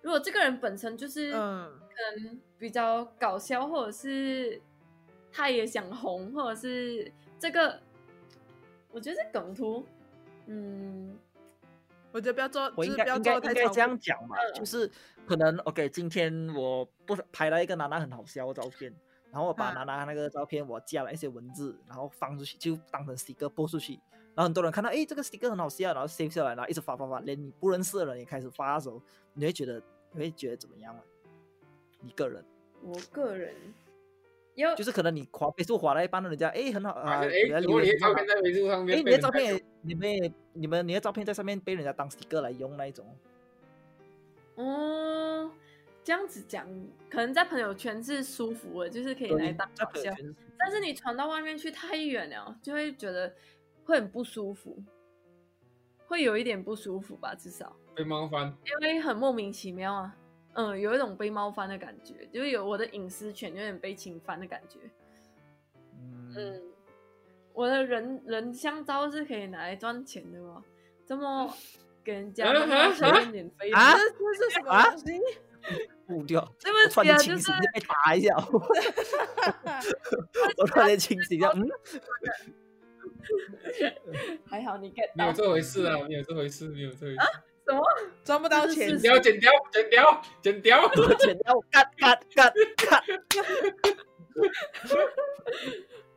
Speaker 3: 如果这个人本身就是
Speaker 2: 嗯
Speaker 3: 可能比较搞笑，或者是他也想红，或者是这个，我觉得是梗图，嗯，
Speaker 2: 我觉得不要做，
Speaker 1: 我
Speaker 2: 就
Speaker 1: 应
Speaker 2: 是
Speaker 1: 该
Speaker 2: 不要
Speaker 1: 应该应
Speaker 2: 做太
Speaker 1: 该
Speaker 2: 超
Speaker 1: 这
Speaker 2: 过嗯
Speaker 1: 样讲嘛，就是可能 OK，今天我不是拍了一个娜娜很好笑的照片，然后我把
Speaker 2: 嗯
Speaker 1: 娜娜那个照片我加了一些文字，然后放出去就当成 sticker 播出去，然后很多人看到诶这个 sticker 很好笑，然后 save 下来，然后一直发发发，连你不认识的人也开始发的时候，你会觉得你会觉得怎么样嘛？一个人，
Speaker 3: 我个人，要
Speaker 1: 就是可能你滑倍速滑到一半，人家哎很好啊，
Speaker 4: 发现
Speaker 1: 人家
Speaker 4: 哎，如
Speaker 1: 留
Speaker 4: 果你
Speaker 1: 言
Speaker 4: 的
Speaker 1: 很好
Speaker 4: 照片在维度上
Speaker 1: 哎，
Speaker 4: 面
Speaker 1: 你的
Speaker 4: 被人
Speaker 1: 照
Speaker 4: 家
Speaker 1: 片也，你们也你们你的照片在上面被人家当 sticker 来用那一种，
Speaker 3: 哦，这样子讲，可能在朋友圈是舒服的，就是可以
Speaker 1: 对
Speaker 3: 来当，
Speaker 1: 在
Speaker 3: 搞
Speaker 1: 朋友
Speaker 3: 笑
Speaker 1: 圈。是
Speaker 3: 但是你传到外面去太远了，就会觉得会很不舒服，会有一点不舒服吧，至少
Speaker 4: 被冒犯，
Speaker 1: 哎
Speaker 3: 因为很莫名其妙啊。嗯，有一种被冒犯的感觉，就是有我的隐私权有点被侵犯的感觉。
Speaker 1: 嗯，
Speaker 3: 嗯，我的人人相招是可以拿来赚钱的吗？这么 给人家
Speaker 4: 啊
Speaker 3: 弄到随
Speaker 4: 啊
Speaker 3: 便免费的
Speaker 1: 啊
Speaker 2: 这 这是什么
Speaker 1: 啊
Speaker 2: 东西？
Speaker 1: 不掉，
Speaker 3: 对
Speaker 1: 我
Speaker 3: 不
Speaker 1: 突
Speaker 3: 起
Speaker 1: 然
Speaker 3: 啊，
Speaker 1: 间
Speaker 3: 就
Speaker 1: 清
Speaker 3: 是
Speaker 1: 醒，被打一下， 我突然间清醒一下，嗯，
Speaker 3: 还好你 get
Speaker 4: 没
Speaker 3: 到
Speaker 4: 有这回事
Speaker 1: 哦
Speaker 4: 啊，没有这回事，没有这
Speaker 1: 啊
Speaker 4: 回事，
Speaker 3: 什么？
Speaker 2: 赚不到
Speaker 3: 这是
Speaker 2: 钱
Speaker 3: 事
Speaker 4: 剪，掉，剪掉，剪掉，剪掉，
Speaker 1: 我剪掉，干干干干，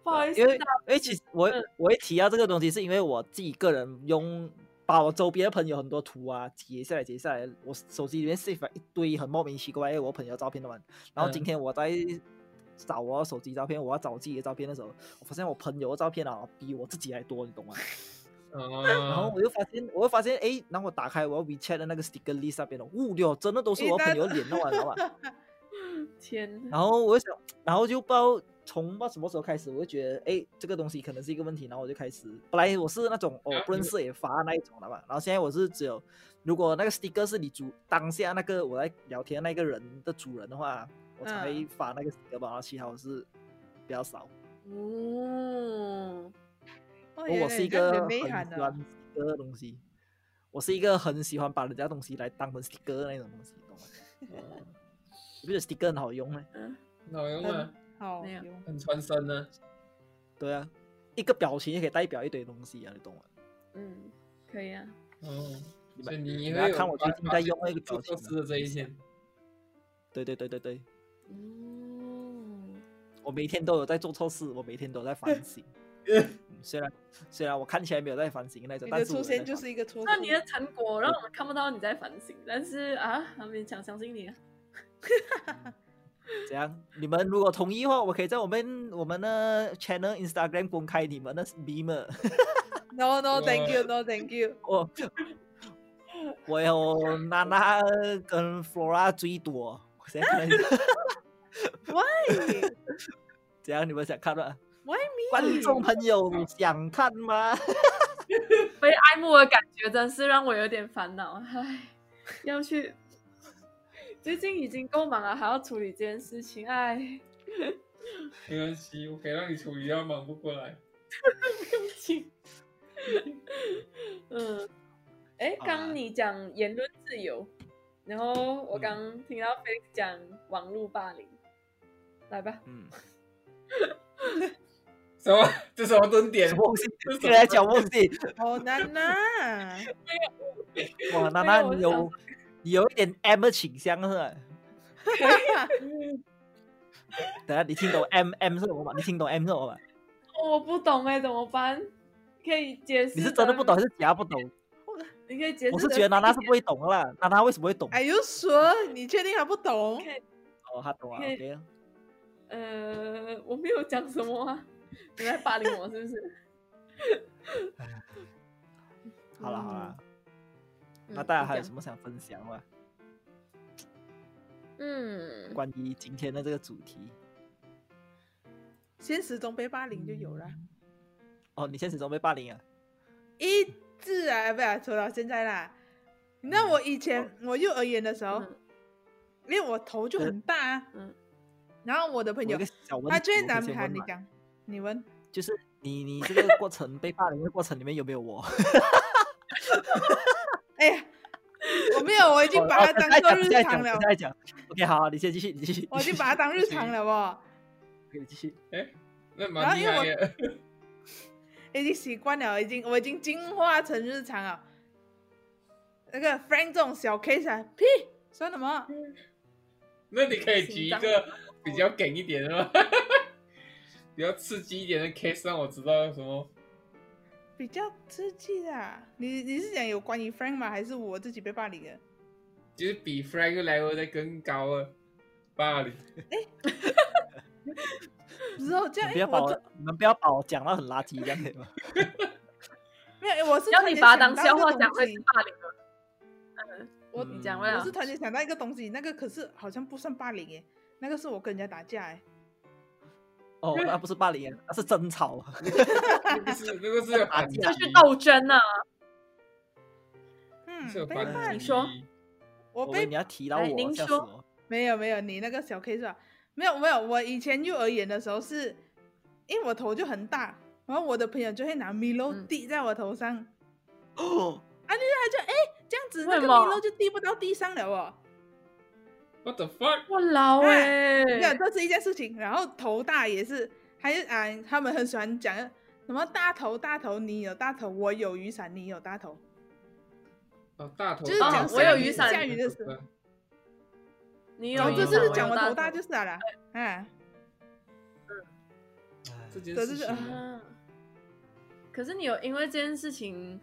Speaker 3: 不好意思
Speaker 1: 因为因
Speaker 3: 啊，
Speaker 1: 为其实我
Speaker 3: 嗯
Speaker 1: 我会提到这个东西，是因为我自己个人用。把我周边的朋友很多图啊截下来，截下来，我手机里面 save 了一堆很莫名其怪我朋友的照片的嘛。然后
Speaker 4: 嗯
Speaker 1: 今天我在找我手机照片，我要找我自己的照片的时候，我发现我朋友的照片啊比我自己还多，你懂吗？然后
Speaker 4: 哦，
Speaker 1: 我就发现，我就发现，哎，然后我打开我 WeChat 的那个 sticker list 那边的，物料真的都是
Speaker 2: 一
Speaker 1: 我
Speaker 2: 大
Speaker 1: 朋友脸弄完了嘛。
Speaker 3: 天哪，
Speaker 1: 然后我就想，然后就不知道从不知道什么时候开始，我就觉得，哎，这个东西可能是一个问题。然后我就开始，本来我是那种哦
Speaker 4: 啊
Speaker 1: 不认识也发那一种的嘛。然后现在我是只有，如果那个 sticker 是你主当下那个我在聊天那个人的主人的话，我才
Speaker 2: 嗯
Speaker 1: 发那个 sticker 吧。然后其他我是比较少。
Speaker 3: 哦，
Speaker 2: 哦
Speaker 1: 不过我是一个很喜
Speaker 2: 内
Speaker 1: 欢
Speaker 2: 涵的，
Speaker 1: sticker 的东西，我是一个很喜欢把人家东西来当成 sticker 的那种东西，懂吗？你不觉得 sticker 很好用啊吗？
Speaker 3: 嗯，
Speaker 4: 好用啊
Speaker 2: 很，
Speaker 1: 嗯
Speaker 2: 好
Speaker 3: 没有
Speaker 2: 用
Speaker 4: 很啊穿身呢，
Speaker 1: 对啊，一个表情也可以代表一堆东西啊，你懂吗？
Speaker 3: 嗯，可以啊，
Speaker 4: 哦，
Speaker 1: 你
Speaker 4: 所以
Speaker 1: 们
Speaker 4: 你
Speaker 1: 大家
Speaker 4: 会有
Speaker 1: 看我最近在用那个表
Speaker 4: 做
Speaker 1: 情
Speaker 4: 错
Speaker 1: 啊
Speaker 4: 事的这一天，
Speaker 1: 对对对对对，
Speaker 3: 嗯，
Speaker 1: 我每天都有在做错事，我每天都有在反省。嗯虽然虽然我看起来没有在反省那种，
Speaker 2: 你
Speaker 1: 但
Speaker 2: 的
Speaker 1: 是我
Speaker 2: 出
Speaker 1: 有在
Speaker 2: 现就
Speaker 1: 反
Speaker 2: 是一个出现，
Speaker 3: 那你的成果让我们看不到你在反省，但是啊，啊勉强相信你啊，
Speaker 1: 怎样？你们如果同意的话，我可以在我们我们的 channel Instagram 公开你们的 meme。
Speaker 2: no no
Speaker 4: 我
Speaker 2: thank you no thank you，
Speaker 1: 我我有娜娜跟 Flora 最多，我现在看了一下
Speaker 2: Why?
Speaker 1: 怎样？你们想看吗？
Speaker 2: Why
Speaker 1: 观众朋友想看吗？
Speaker 3: 被爱慕的感觉真是让我有点烦恼，唉，要去，最近已经够忙了，还要处理这件事情，唉，
Speaker 4: 没关系，我可以让你处理掉，忙不过来，
Speaker 3: 对不起，嗯，哎，
Speaker 1: 好啊
Speaker 3: 刚你讲言论自由，然后我
Speaker 1: 嗯
Speaker 3: 刚听到 Felix 讲网络霸凌，来吧，
Speaker 1: 嗯，
Speaker 4: 什么？这什么蹲点
Speaker 1: 什？么东西？现在讲东西？
Speaker 2: 好难呐！
Speaker 1: 哇，娜娜
Speaker 3: 没有我
Speaker 1: 你
Speaker 3: 是想
Speaker 1: 有你有一点 M 倾向是吧？
Speaker 2: 啊
Speaker 1: 等下你 听懂 M M 是什么吗？你听懂 M 是什么吗？
Speaker 3: 我不懂哎，怎么办？可以解释？
Speaker 1: 你是真的不懂，还是假不懂？
Speaker 3: 你可以解释。
Speaker 1: 我是觉得娜娜是不会懂的 啦，娜娜为什么会懂？
Speaker 2: 哎呦，说你确定还不懂？
Speaker 1: 哦，她懂啊
Speaker 3: 因为
Speaker 1: ，OK 啊。
Speaker 3: 呃，我没有讲什 么啊，你在霸凌我是不是？
Speaker 1: 好
Speaker 2: 嗯
Speaker 1: 了好了，那
Speaker 3: 嗯
Speaker 1: 大家还有什？
Speaker 3: 就
Speaker 1: 么想分享吗？
Speaker 3: 这样嗯，
Speaker 1: 关于今天的这个主题？
Speaker 2: 现实中被霸凌就有了，
Speaker 1: 哦，你现实中被霸凌啊？
Speaker 2: 一自然不要说到现在啦。你知道我以前我幼儿园的时候，
Speaker 3: 嗯
Speaker 2: 因为我头就很大啊，
Speaker 3: 嗯
Speaker 2: 然后我的
Speaker 1: 我
Speaker 2: 朋
Speaker 1: 有
Speaker 2: 友
Speaker 1: 一个小问题，
Speaker 2: 他啊最
Speaker 1: 我可以
Speaker 2: 难
Speaker 1: 先
Speaker 2: 谈，
Speaker 1: 问
Speaker 2: 你
Speaker 1: 吗
Speaker 2: 讲，你问，
Speaker 1: 就是你你这个过程被霸凌的过程里面有没有我？
Speaker 2: 哎呀，我没 有，我已经
Speaker 1: 哦
Speaker 2: 把它
Speaker 1: 等
Speaker 2: 当
Speaker 1: 下
Speaker 2: 做
Speaker 1: 讲
Speaker 2: 日
Speaker 1: 等下讲
Speaker 2: 常了
Speaker 1: 等，下讲。OK，好，好你先继续，你继续。
Speaker 2: 我已经 把它当日常了哦。
Speaker 1: 可以继续。
Speaker 4: 哎，那蛮厉害的，
Speaker 2: 已经习惯了，已经我已经进化成日常了。那个 Frank 这种小 case 啊，屁，算什么？
Speaker 4: 那你可以举一
Speaker 1: 哦
Speaker 4: 个比较梗一点的吗？ 比较刺激一点的 case 让我知道有什么？
Speaker 2: 比较刺激的啊、你你是讲有关于 Frank 吗？还是我自己被霸凌的？
Speaker 4: 就是比啊 Frank level 再更高的霸凌。
Speaker 2: 之后这样，
Speaker 1: 不
Speaker 2: 哎，
Speaker 1: 要把
Speaker 2: 我就
Speaker 1: 我，你们不要把我讲到很垃圾这样可以吗？
Speaker 2: 没有，哎我是
Speaker 3: 要
Speaker 2: 突然
Speaker 3: 你
Speaker 2: 间
Speaker 3: 把
Speaker 2: 想
Speaker 3: 它当
Speaker 2: 到
Speaker 3: 笑
Speaker 2: 一个
Speaker 3: 话
Speaker 2: 东
Speaker 3: 讲会
Speaker 2: 西
Speaker 3: 是霸凌的。嗯，我
Speaker 1: 嗯
Speaker 3: 你讲不
Speaker 2: 我
Speaker 3: 了
Speaker 2: 是。突然间想到一个东西，那个可是好像不算霸凌耶，那个是我跟人家打架哎，
Speaker 1: 哦，那不是霸凌，那是争吵。啊
Speaker 4: 那个是那个是要反击，
Speaker 3: 这是斗争啊！
Speaker 2: 嗯
Speaker 4: 是，有
Speaker 2: 被
Speaker 4: 反击。
Speaker 2: 霸
Speaker 3: 你说
Speaker 2: 我
Speaker 1: 我以为
Speaker 2: 被
Speaker 1: 你要提到
Speaker 3: 哎
Speaker 1: 我，
Speaker 3: 您
Speaker 1: 吓死
Speaker 3: 说
Speaker 1: 我！
Speaker 2: 没有没有，你那个小 K 是吧？没有没有，我以前幼儿园的时候是，因为我头就很大，然后我的朋友就会拿米露
Speaker 3: 嗯
Speaker 2: 滴在我头上，
Speaker 1: 哦，
Speaker 2: 他就哎这样子
Speaker 3: 为
Speaker 2: 那个
Speaker 3: 什么
Speaker 2: 米露就滴不到地上了哦。
Speaker 4: What the fuck？
Speaker 3: 我老哎、
Speaker 2: 没有，这是一件事情。然后头大也是，还有啊，他们很喜欢讲什么大头大头，你有大头，我有雨伞，你有大头，
Speaker 4: 哦，大头
Speaker 2: 就是
Speaker 4: 大
Speaker 3: 讲
Speaker 4: 头哦
Speaker 3: 我有
Speaker 4: 大
Speaker 3: 雨
Speaker 4: 头
Speaker 3: 伞
Speaker 2: 下雨的时候
Speaker 4: 对
Speaker 3: 你
Speaker 4: 哦
Speaker 3: 有
Speaker 2: 这
Speaker 3: 影
Speaker 2: 就
Speaker 3: 响
Speaker 2: 是
Speaker 3: 我
Speaker 2: 讲我
Speaker 3: 有
Speaker 2: 头大
Speaker 3: 大
Speaker 2: 就是了啦。啊，
Speaker 4: 这件
Speaker 2: 这
Speaker 4: 事
Speaker 2: 就是
Speaker 4: 情
Speaker 2: 嗯
Speaker 4: 啊，
Speaker 3: 啊。可是你有因为这件事情，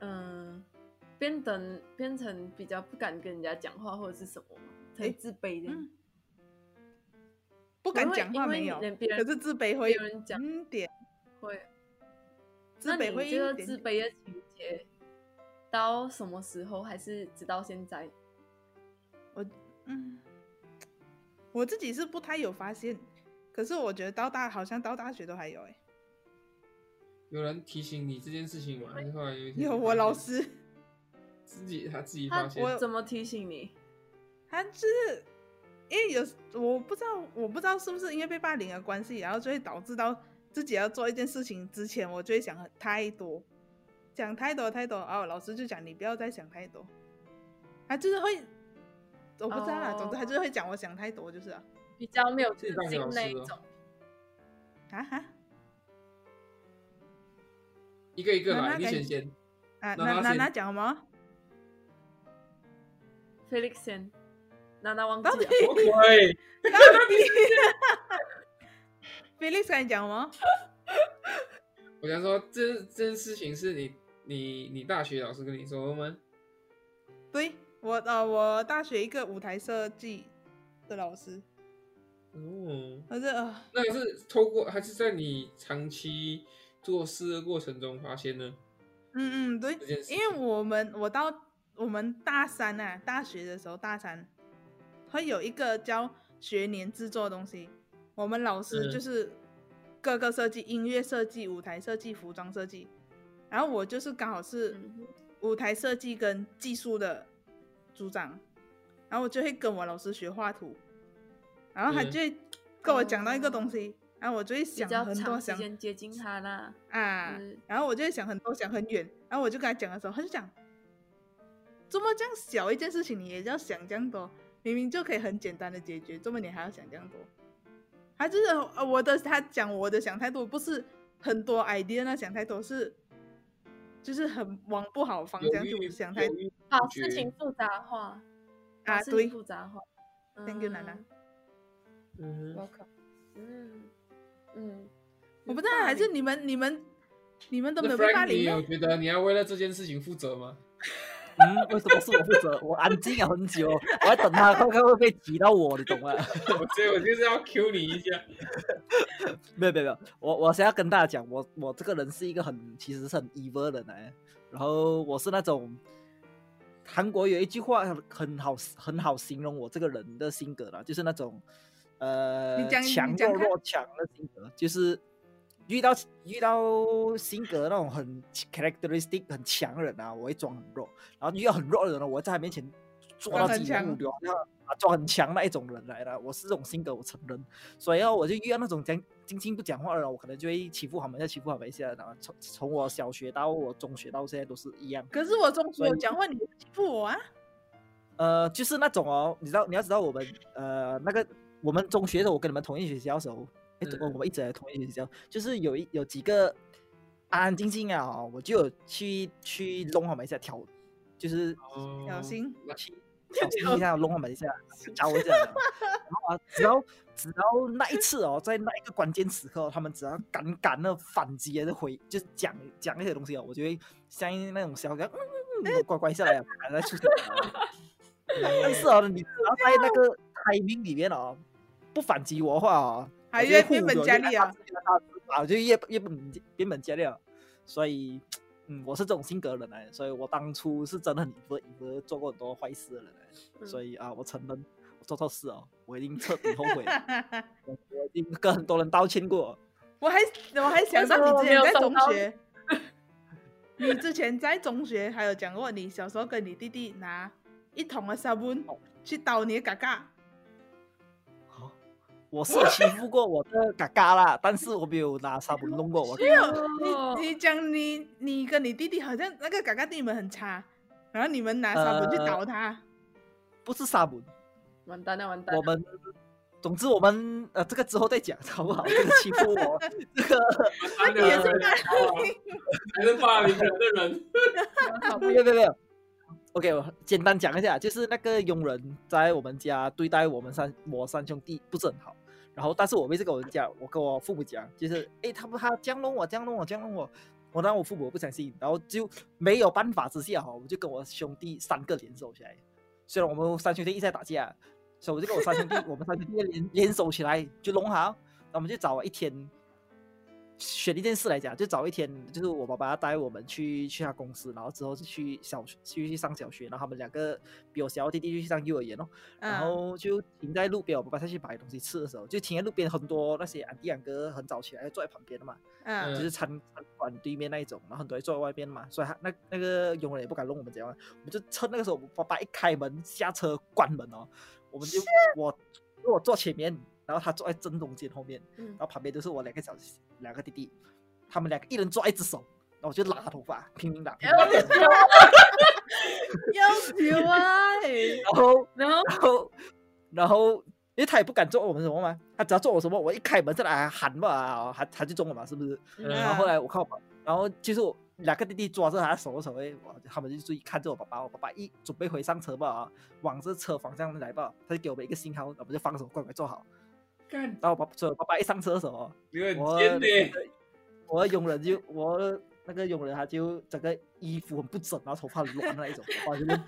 Speaker 3: 嗯、变成变成比较不敢跟人家讲话或者是什么吗，
Speaker 2: 诶
Speaker 3: 很自卑的。
Speaker 2: 嗯不敢
Speaker 3: 会
Speaker 2: 讲话
Speaker 3: 因为
Speaker 2: 没有，
Speaker 3: 连别人
Speaker 2: 可是自卑会
Speaker 3: 别
Speaker 2: 有
Speaker 3: 人讲
Speaker 2: 嗯点，
Speaker 3: 会，
Speaker 2: 自
Speaker 3: 那
Speaker 2: 卑会
Speaker 3: 你这
Speaker 2: 有
Speaker 3: 个
Speaker 2: 一点
Speaker 3: 自卑的情节到什么时候？还是直到现在？
Speaker 2: 嗯，我自己是不太有发现，可是我觉得到大好像到大学都还有哎，
Speaker 4: 有人提醒你这件事情吗？还是后来有一天
Speaker 2: 有
Speaker 4: 你
Speaker 2: 我
Speaker 4: 发
Speaker 2: 老
Speaker 4: 现
Speaker 2: 师，
Speaker 4: 自己他自己
Speaker 3: 他
Speaker 4: 发现，
Speaker 3: 怎么提醒你？
Speaker 2: 他就是因为有我不知道我不知道是不是因为被霸凌的关系，然后就会导致到自己要做一件事情之前，我就会想很太多，想太多太多，哦，老师就讲你不要再想太多，他就是会，我不知道啦，总之他就是会讲我想太多就是啊
Speaker 3: 比较没有自
Speaker 4: 自己当
Speaker 3: 信
Speaker 4: 老师
Speaker 3: 那一
Speaker 4: 哦
Speaker 3: 种。
Speaker 2: 啊哈
Speaker 4: 一个一个
Speaker 2: 那
Speaker 4: 来，
Speaker 2: 那
Speaker 4: 你
Speaker 2: 该
Speaker 4: 先先。
Speaker 2: 啊，
Speaker 4: 那
Speaker 2: 那
Speaker 4: 他
Speaker 2: 那
Speaker 4: 先
Speaker 2: 那讲什 么？
Speaker 3: Felix 先，娜娜忘记
Speaker 2: 到底
Speaker 3: 了。
Speaker 4: 对，
Speaker 2: Felix 跟你讲什么？
Speaker 4: 我想说这这件事情是你你你大学老师跟你说的吗？
Speaker 2: 对我呃，我大学一个舞台设计的老师，
Speaker 4: 哦，
Speaker 2: 他是呃，
Speaker 4: 那是透过还是在你长期做事的过程中发现呢？
Speaker 2: 嗯嗯，对
Speaker 4: 这件事，
Speaker 2: 因为我们我到我们大三啊，大学的时候大三会有一个教学年制作的东西，我们老师
Speaker 4: 嗯
Speaker 2: 就是各个设计，音乐设计、舞台设计、服装设计，然后我就是刚好是
Speaker 3: 嗯哼
Speaker 2: 舞台设计跟技术的组长，然后我就会跟我老师学画图，然后他
Speaker 4: 嗯
Speaker 2: 就会跟我讲到一个
Speaker 3: 哦
Speaker 2: 东西，然后我就会
Speaker 3: 比
Speaker 2: 想
Speaker 3: 较
Speaker 2: 很多
Speaker 3: 长时
Speaker 2: 想
Speaker 3: 间接近他啦。
Speaker 2: 啊，
Speaker 3: 嗯
Speaker 2: 然后我就会想很多，想很远，然后我就跟他讲的时候，他就讲，怎么这样小一件事情你也要想这样多，明明就可以很简单的解决，怎么你还要想这样多？他就是呃我的，他讲我的想太多，不是很多 idea 那想太多，是就是很往不好的方
Speaker 4: 犹
Speaker 2: 向
Speaker 4: 豫
Speaker 2: 去想太
Speaker 4: 犹
Speaker 2: 多
Speaker 4: 豫
Speaker 3: 把
Speaker 4: 不决
Speaker 3: 事情复杂化，把
Speaker 2: 啊，
Speaker 3: 事情
Speaker 2: 对，
Speaker 3: 复杂化。
Speaker 2: Thank you，娜娜
Speaker 4: 嗯哼，
Speaker 3: Welcome。嗯嗯，
Speaker 2: 我不知道还是你们你们你们都没有被霸
Speaker 4: Frank，你
Speaker 2: 凌
Speaker 4: 有
Speaker 2: 吗？
Speaker 4: 觉得你要为了这件事情负责吗？
Speaker 1: 嗯，为什么是我负责？我安静了很久，我在等他看看会不会提到我，你懂吗？
Speaker 4: 我所以我就是要 Q 你一下。
Speaker 1: 没有没有没有，我我想要跟大家讲，我我这个人是一个很其实是很 evil 的人来，然后我是那种韩国有一句话很好很好形容我这个人的性格啦，就是那种呃
Speaker 2: 你讲
Speaker 1: 强
Speaker 2: 你讲
Speaker 1: 弱
Speaker 2: 看
Speaker 1: 弱强的性格，就是遇到遇到性格那种很 characteristic 很强的人啊，我会装很弱，然后遇到很弱的人呢，我会在他面前做到
Speaker 2: 装
Speaker 1: 自
Speaker 2: 很
Speaker 1: 己的
Speaker 2: 强
Speaker 1: 目标，然后啊装很强那一种人来的，我是这种性格，我承认。所以哦，我就遇到那种讲静静不讲话的人，我可能就会欺负他们，再欺负他们一下。然后从从我小学到我中学到现在都是一样。
Speaker 2: 可是我中
Speaker 1: 所以
Speaker 2: 我讲话你不欺负我啊，
Speaker 1: 呃，就是那种哦，你知道你要知道我们呃那个我们中学的时候，我跟你们同一学校的时候，哎、
Speaker 4: 嗯
Speaker 1: 我们一直在同一学校，就是有一有几个安安静静啊、我就有去去弄他们一下挑，就是
Speaker 4: 哦
Speaker 2: 小心。
Speaker 1: 去小心一下，弄他们一下，找我一下。然后啊，只要只要那一次哦，在那一个关键时刻哦、他们只要敢敢的反击的回，就是讲讲那些东西哦，我就会像那种小狗，嗯嗯嗯，乖乖下来啊，不敢再出声了。但是哦，你只要在那个 timing 里面哦，不反击我的话哦，
Speaker 2: 还
Speaker 1: 我就
Speaker 2: 越
Speaker 1: 会
Speaker 2: 变
Speaker 1: 护
Speaker 2: 本
Speaker 1: 着
Speaker 2: 加
Speaker 1: 越
Speaker 2: 厉
Speaker 1: 爱
Speaker 2: 啊
Speaker 1: 他越爱他啊，就越越本变本加厉了。所以，嗯，我是这种性格的人来的，所以我当初是真的很以为以为做过很多坏事的人来的，所
Speaker 3: 以
Speaker 1: 以啊，我承认我做错事哦，我已经彻底后悔了，
Speaker 2: 啊
Speaker 1: 我我已经跟很多人道歉过。
Speaker 2: 我还我还想到
Speaker 3: 为什么
Speaker 2: 你之
Speaker 3: 我没
Speaker 2: 前
Speaker 3: 有
Speaker 2: 在
Speaker 3: 收
Speaker 2: 中
Speaker 3: 到
Speaker 2: 学， 你之前在中学还有讲过，你小时候跟你弟弟拿一桶的沙布去倒你的嘎嘎，
Speaker 1: 哦我是有欺负过我的嘎嘎啦，但是我没有拿沙布弄哦过我嘎
Speaker 2: 没
Speaker 1: 嘎。
Speaker 2: 有你你讲你你跟你弟弟好像那个嘎嘎对你们很差，然后你们拿沙布去
Speaker 1: 呃
Speaker 2: 倒他，
Speaker 1: 不是沙布，
Speaker 3: 完蛋了，完蛋
Speaker 1: 我
Speaker 3: 了，
Speaker 1: 们。总之，我们呃，这个之后再讲，好不好？这个欺负我，这个
Speaker 4: 那
Speaker 2: 你也是
Speaker 4: 还是霸凌人的人，
Speaker 1: 没有没有没有。OK，我简单讲一下，就是那个佣人在我们家对待我们三我三兄弟不是很好，然后但是我每次跟我讲，我跟我父母讲，就是诶，他不他这样弄我，这样弄我，这样弄我，我让我父母不相信，然后就没有办法之下哈，我就跟我兄弟三个联手起来，虽然我们三兄弟一直在打架，所以我就跟我三兄弟，我们三兄弟联联手起来就弄好，那我们就找一天，选一件事来讲，就找一天，就是我爸爸带我们去去他公司，然后之后就去小学去去上小学，然后他们两个比我小的弟弟就去上幼儿园哦，然
Speaker 2: 嗯，
Speaker 1: 后就停在路边，我爸爸下去买东西吃的时候，就停在路边，很多那些阿弟阿哥很早起来坐在旁边的嘛，
Speaker 2: 嗯
Speaker 1: 就
Speaker 4: 嗯
Speaker 1: 是餐餐馆对面那一种，然后很多人坐在外面嘛，所以他那那个佣人也不敢弄我们怎样，啊我们就趁那个时候，我爸爸一开门下车关门哦，我们就我我坐前面，然后他坐在正中间后面，
Speaker 3: 嗯
Speaker 1: 然后旁边就是我两个小两个弟弟，他们两个一人抓一只手，然后我就拉他头发拼命拉，拼命拉然
Speaker 2: 要求啊，
Speaker 1: 后
Speaker 3: 然后
Speaker 1: 然后，然后，因为他也不敢做我们什么嘛，他只要做我什么，我一开门上来喊嘛，他他就中了嘛，是不是？然后
Speaker 2: 嗯
Speaker 1: 后来我看我爸，然后就是我两个弟弟抓着他的手的时候，哎，哇，他们就注意看着我爸爸，我爸爸一准备回上车吧，啊，往这车方向来吧，他就给我们一个信号，我们就放手乖乖坐好。
Speaker 4: 干，
Speaker 1: 然后我爸，所以我爸爸一上车的时候哦，
Speaker 4: 你很
Speaker 1: 我
Speaker 4: 贱呢、
Speaker 1: 我的佣人就我的那个佣人他就整个衣服很不整，然后头发很乱的那一种，我爸就问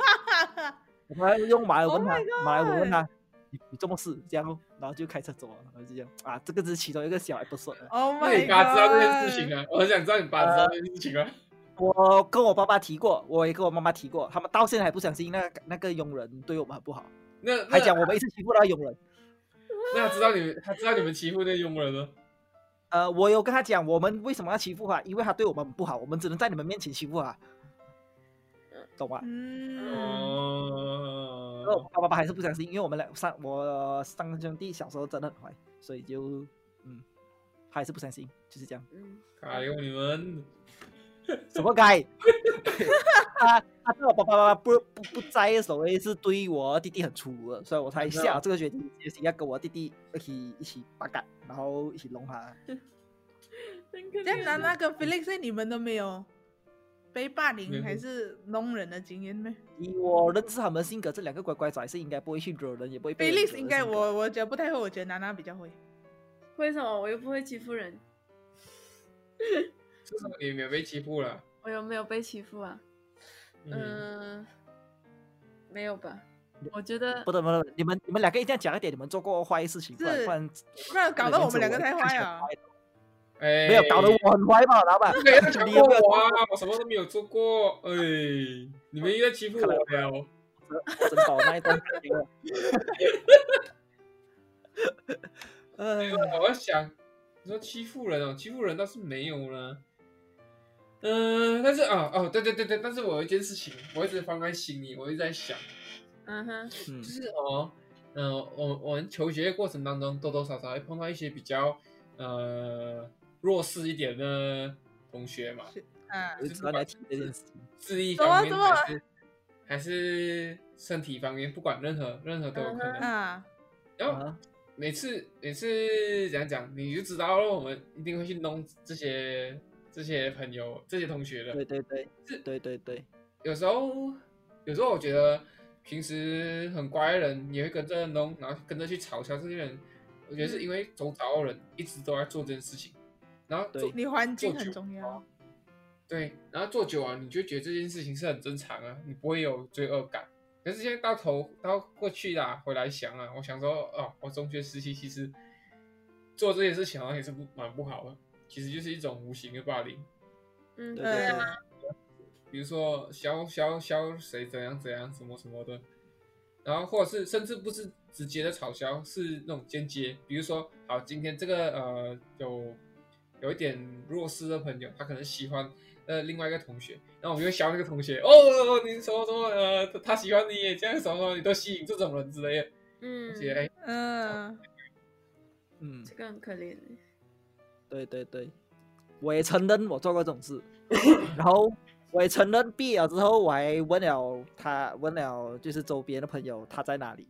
Speaker 1: 我们用马来
Speaker 2: Oh
Speaker 1: 文他
Speaker 2: my
Speaker 1: 马来文问
Speaker 2: god
Speaker 1: 他，你你这么事这样哦，然后就开车走了，然后就这样啊，这个只是其中一个小 episode 啊。
Speaker 2: ，Oh
Speaker 4: 那
Speaker 2: my
Speaker 4: 你
Speaker 2: god，
Speaker 4: 爸知道这件事情啊？我很想知道你爸知道这件事情啊。
Speaker 1: 我跟我爸爸提过，我也跟我妈妈提过，他们到现在还不相信那个那个佣人对我们很不好，
Speaker 4: 那
Speaker 1: 呃还
Speaker 4: 那
Speaker 1: 讲我们一直欺负那个佣人。
Speaker 4: 那他知道你们，他知道你们欺负那佣人了。
Speaker 1: 呃，我有跟他讲，我们为什么要欺负他，因为他对我们很不好，我们只能在你们面前欺负他，懂吗？
Speaker 2: 嗯，
Speaker 1: 然后我
Speaker 4: 哦，
Speaker 1: 爸爸爸还是不相信，因为我们俩三我三兄弟小时候真的很坏，所以就嗯，他还是不相信，就是这样。
Speaker 3: 嗯，
Speaker 4: 卡用你们，
Speaker 1: 什么该？他他对我爸爸妈妈不不不在所谓是对我弟弟很粗鲁的，所以我才
Speaker 2: 啊
Speaker 1: 下了这个决定，决定要跟我弟弟一起一起八嘎，然后一起弄他。
Speaker 3: 真
Speaker 2: 这
Speaker 3: 可怜
Speaker 2: 样那跟 Felix 你们都没有被霸
Speaker 4: 没
Speaker 2: 凌
Speaker 4: 有
Speaker 2: 还是弄人的经验吗
Speaker 1: 以我认识他们的性格，这两个乖乖仔是应该不会去惹人，也不会被人惹
Speaker 2: ？Felix
Speaker 1: 的
Speaker 2: 应该
Speaker 1: 性格
Speaker 2: 我我觉得不太会，我觉得娜娜比较会。
Speaker 3: 为什么我又不会欺负人？
Speaker 4: 至少你没有被欺负了。
Speaker 3: 我有哎没有被欺负啊？
Speaker 4: 嗯，
Speaker 3: 嗯，没有吧？我觉得
Speaker 1: 不得不得，你们你们两个一定要讲一点，你们做过坏事情，不然
Speaker 2: 是
Speaker 1: 不然
Speaker 2: 不然搞得我们两个太坏啊了。
Speaker 4: 哎，
Speaker 1: 没有搞得我很坏吧，老板？
Speaker 4: 不
Speaker 2: 哎
Speaker 4: 要 强
Speaker 1: 你
Speaker 4: 迫
Speaker 1: 有没有
Speaker 4: 我啊！我什么都没有做过，哎，你们又在欺负我了。
Speaker 1: 真宝那一段感觉了。
Speaker 2: 呃
Speaker 1: 哎呀
Speaker 4: 我在想，你说欺负人哦，欺负人倒是没有呢。嗯、但是啊哦，对对对对，但是我有一件事情，我一直放在心里，我一直在想，
Speaker 3: 嗯哼，
Speaker 1: 嗯
Speaker 4: 就是哦，嗯、我我们求学的过程当中，多多少少会碰到一些比较呃弱势一点的同学嘛，
Speaker 2: 嗯，
Speaker 1: 我就知道你要提这件事情。
Speaker 4: 智力
Speaker 2: 怎么
Speaker 4: 方面
Speaker 2: 怎么
Speaker 4: 还是还是身体方面，不管任何任何都有可能。
Speaker 2: 啊，
Speaker 4: 然后
Speaker 1: 啊，
Speaker 4: 每次每次讲讲，你就知道了，我们一定会去弄这些这些朋友、这些同学
Speaker 1: 对
Speaker 4: 的。
Speaker 1: 对对
Speaker 4: 是，
Speaker 1: 对对对，
Speaker 4: 有时候，有时候我觉得平时很乖的人也会跟着弄，然后跟着去嘲笑这些人。我
Speaker 2: 嗯
Speaker 4: 觉得是因为周遭的人一直都在做这件事情，然后做
Speaker 1: 对
Speaker 2: 你环境
Speaker 4: 做
Speaker 2: 很
Speaker 4: 久
Speaker 2: 重要。
Speaker 4: 对，然后做久啊，你就觉得这件事情是很正常啊，你不会有罪恶感。可是现在到头到过去啦，回来想啊，我想说，哦，我中学时期其实做这些事情好像也是不蛮不好的，其实就是一种无形的霸凌。
Speaker 3: 嗯，
Speaker 1: 对
Speaker 3: 对
Speaker 1: 对对
Speaker 3: 啊，
Speaker 4: 比如说肖肖肖谁怎样怎样什么什么的，然后或者是甚至不是直接的嘲笑，是那种间接，比如说好今天这个呃有有一点弱势的朋友，他可能喜欢呃另外一个同学，那我们就会笑那个同学哦哦，你什么什么呃他他喜欢你也这样什么什么，你都吸引这种人之类的，我
Speaker 3: 嗯，
Speaker 4: 觉得哎
Speaker 2: 嗯，
Speaker 1: 嗯，
Speaker 3: 这个很可怜。
Speaker 1: 对对对，我也承认我做过这种事，然后我也承认毕业啊了之后，我还问了他，问了就是周边的朋友他在哪里，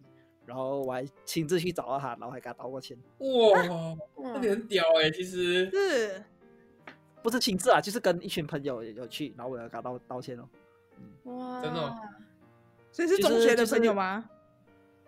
Speaker 1: 然后我还亲自去找到他，然后还给他道过歉，
Speaker 4: 哇，
Speaker 3: 哇
Speaker 4: 那你很屌哎、其实
Speaker 2: 是
Speaker 1: 不是亲自啊，就是跟一群朋友有去，然后我要给他道道歉哦。
Speaker 3: 哇，
Speaker 4: 真的哦
Speaker 2: 所以是
Speaker 1: 就
Speaker 2: 中
Speaker 1: 是
Speaker 2: 学的
Speaker 1: 就是
Speaker 2: 朋友吗？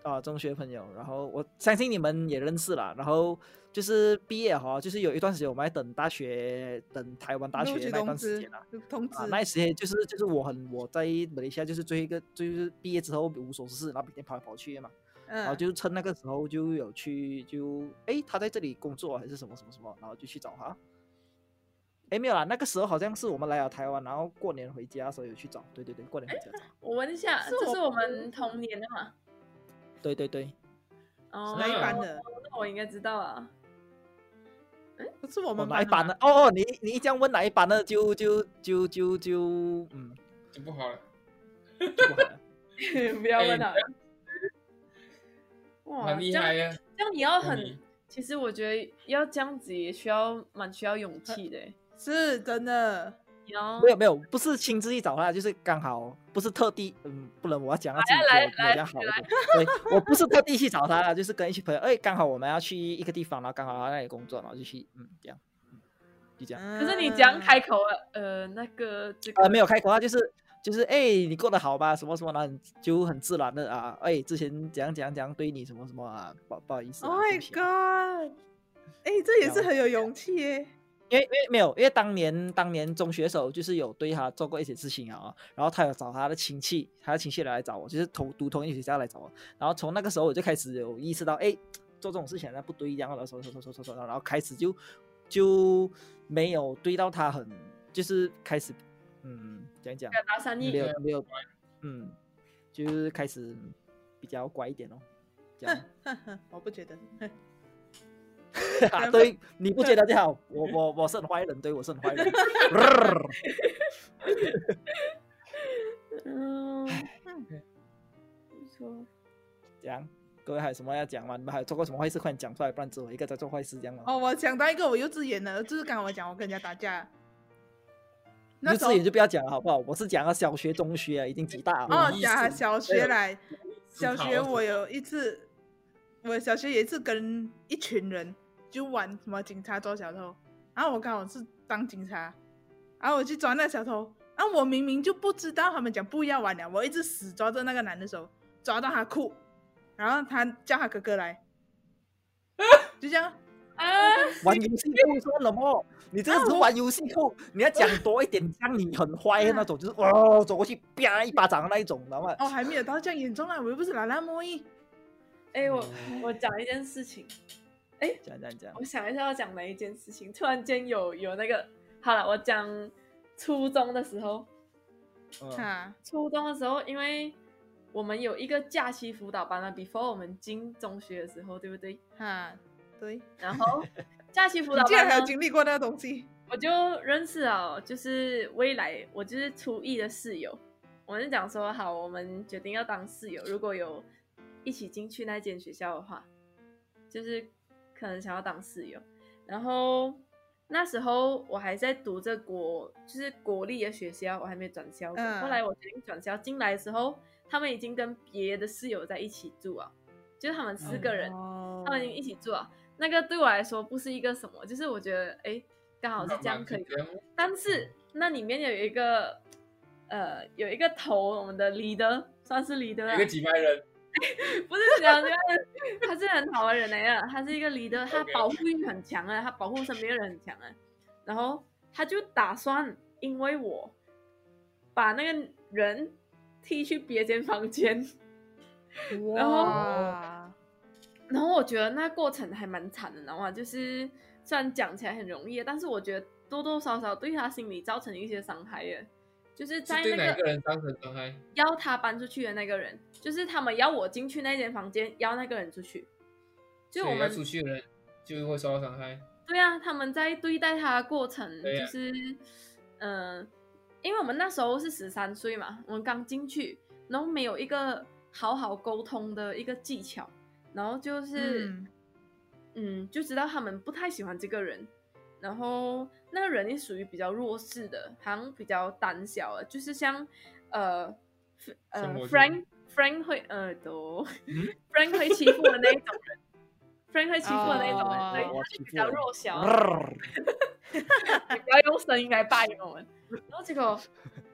Speaker 1: 啊，中学朋友，然后我相信你们也认识啦。然后就是毕业哈，就是有一段时间我们在等大学，等台湾大
Speaker 2: 录
Speaker 1: 学
Speaker 2: 取
Speaker 1: 那
Speaker 2: 通
Speaker 1: 段时
Speaker 2: 知
Speaker 1: 间啦。，
Speaker 2: 通知
Speaker 1: 啊，那一时间就是就是我很我在马来西亚就是最后一个就是毕业之后无所事事，然后每天跑来跑去的嘛。然后
Speaker 2: 嗯，
Speaker 1: 就趁那个时候就有去就诶，他在这里工作啊还是什么什么什么，然后就去找他。诶，没有啦，那个时候好像是我们来了台湾，然后过年回家，所以有去找。对对对，过年回 家找。
Speaker 3: 我问一下，
Speaker 2: 是
Speaker 3: 这
Speaker 2: 我
Speaker 3: 是我们童年的嘛？
Speaker 1: 对对对，
Speaker 3: 哦，
Speaker 2: 哪一班
Speaker 3: 我
Speaker 2: 的？
Speaker 3: 那我应该知道啊。
Speaker 2: 不是我
Speaker 1: 我
Speaker 2: 们啊
Speaker 1: 哪一班
Speaker 2: 的
Speaker 1: 的
Speaker 2: 吗？？
Speaker 1: 哦哦，你你一这样问哪一班的，就就就就就嗯，
Speaker 4: 就不好了。
Speaker 1: 就不好了。
Speaker 3: 不要问了。哇，
Speaker 4: 蛮厉害
Speaker 3: 这样
Speaker 4: 呀！
Speaker 3: 这样你要
Speaker 4: 嗯
Speaker 3: 很，其实我觉得要这样子也需要蛮需要勇气的欸。
Speaker 2: 是真的，
Speaker 3: 你要
Speaker 1: 没有没有，不是亲自去找他，就是刚好不是特地，嗯，不能我要讲他自己
Speaker 3: 来
Speaker 1: 比我比我
Speaker 3: 来
Speaker 1: 这样好一点。对，我不是特地去找他，就是跟一群朋友，哎，刚好我们要去一个地方，然后刚好他那里工作，然后就去，嗯，这样，嗯，就这样。
Speaker 2: 可
Speaker 3: 可是你这样开口了，呃，那个这个
Speaker 1: 呃，没有开口，他就是就是，哎，你过得好吧？什么什么，然后你就很自然的啊，哎，之前怎样怎样怎样对你什么什么啊，不不好意思、啊。
Speaker 2: ，Oh
Speaker 1: 对
Speaker 2: my
Speaker 1: 不起啊
Speaker 2: god！哎，这也是很有勇气耶。
Speaker 1: 因为因为没有，因为当年当年中学的时候，就是有对他做过一些事情啊，然后他有找他的亲戚，他的亲戚来找我，就是同读同一学校来找我，然后从那个时候我就开始有意识到，哎，做这种事情好像不对，然后说说说说说说，然后开始就就没有对到他很，就是开始嗯讲讲，
Speaker 3: 打三
Speaker 1: 没
Speaker 3: 亿，
Speaker 1: 有没有，嗯，就是开始比较乖一点哦，这样。
Speaker 2: 我不觉得，
Speaker 1: 啊，对，你不觉得就好。我我我是很坏人，对我是很坏人。
Speaker 3: 嗯，
Speaker 2: 哎
Speaker 4: 对
Speaker 3: 不错，
Speaker 1: 这样，各位还有什么要讲吗？你们还有做过什么坏事？快点讲出来，不然只有我一个在做坏事，这样吗？
Speaker 2: 哦，我想到一个我幼稚园的，就是刚刚我讲我跟人家打架，
Speaker 1: 幼
Speaker 2: 那时候
Speaker 1: 稚园就不要讲了，好不好？我是讲了小学、中学啊，已经几大了。
Speaker 2: 哦
Speaker 4: 意，
Speaker 2: 讲
Speaker 4: 思
Speaker 2: 小
Speaker 1: 啊
Speaker 2: 学来，
Speaker 3: 哦
Speaker 4: 思
Speaker 2: 小
Speaker 4: 考
Speaker 2: 学我有一次，我小学有一次跟一群人就玩什么警察抓小偷，然后我刚好是当警察，然后我去抓那小偷，然后我明明就不知道他们讲不要玩了，我一直死抓着那个男的手，抓到他哭，然后他叫他哥 哥来，就这样，
Speaker 3: 啊，
Speaker 1: 玩游戏控算了么？你这个只是玩游戏控，你要讲多一点，像你很坏的那种，就是哦，走过去啪一巴掌的那一种，知道 吗？
Speaker 2: 哦，还没有到这样严重啦，我又不是拉拉莫伊，
Speaker 3: 哎，我
Speaker 2: 嗯
Speaker 3: 我讲一件事情，
Speaker 1: 讲讲讲，
Speaker 3: 我想一下要讲哪一件事情，突然间有有那个，好了，我讲初中的时候，哦
Speaker 1: 嗯
Speaker 2: 哈，
Speaker 3: 初中的时候，因为我们有一个假期辅导班了，before 啊我们进中学的时候，对不对？
Speaker 2: 哈，对，
Speaker 3: 然 后假期辅
Speaker 2: 你
Speaker 3: 导
Speaker 2: 竟然
Speaker 3: 班
Speaker 2: 还有
Speaker 3: 呢，
Speaker 2: 经历过那个东西，
Speaker 3: 我就认识了，就是未来我就是初一的室友，我们就讲说好，我们决定要当室友，如果有一起进去那间学校的话，就是可能想要当室友。然后那时候我还在读这国，就是国立的学校，我还没转校过。
Speaker 2: 嗯
Speaker 3: 后来我决定转校进来的时候，他们已经跟别的室友在一起住啊，就是他们四个人，
Speaker 2: 哦
Speaker 3: 他们已经一起住啊。那个对我来说不是一个什么，就是我觉得哎，刚好是这样可以
Speaker 4: 这样
Speaker 3: 但是那里面有一个，呃，有一个头，我们的 leader 算是 leader，、啊、
Speaker 4: 一个几百人，
Speaker 3: 不是讲这个，他是很好的人来的，他是一个 leader，他
Speaker 4: OK
Speaker 3: 保护欲很强啊，他保护身边的人很强啊。然后他就打算因为我把那个人踢去别间房间，然后
Speaker 2: 哇
Speaker 3: 然后我觉得那过程还蛮惨的，你知道吗？就是虽然讲起来很容易，但是我觉得多多少少对他心理造成一些伤害耶。就是在
Speaker 4: 是对
Speaker 3: 那
Speaker 4: 哪
Speaker 3: 个
Speaker 4: 个人造成伤害？
Speaker 3: 要他搬出去的那个人，就是他们要我进去那间房间，要那个人出去。就
Speaker 4: 所
Speaker 3: 我
Speaker 4: 以要
Speaker 3: 们
Speaker 4: 出去的人就会受到伤害。
Speaker 3: 对啊，他们在对待他的过程，
Speaker 4: 对啊
Speaker 3: 就是嗯、呃因为我们那时候是十三岁嘛，我们刚进去，然后没有一个好好沟通的一个技巧，然后就是
Speaker 2: 嗯
Speaker 3: 嗯就知道他们不太喜欢这个人，然后那个人也属于比较弱势的，好像比较胆小啊，就是像呃呃
Speaker 4: 生活中
Speaker 3: Frank Frank 会呃都、
Speaker 4: 嗯
Speaker 3: Frank 会欺负的那一种人。Frank 会欺负的那一种人
Speaker 2: 哦
Speaker 3: 对，
Speaker 1: 嗯我
Speaker 3: 他
Speaker 1: 欺
Speaker 3: 就比
Speaker 1: 负
Speaker 3: 较
Speaker 1: 人
Speaker 3: 弱小，
Speaker 1: 呃
Speaker 3: 你不要用声音来霸凌我们。然后结果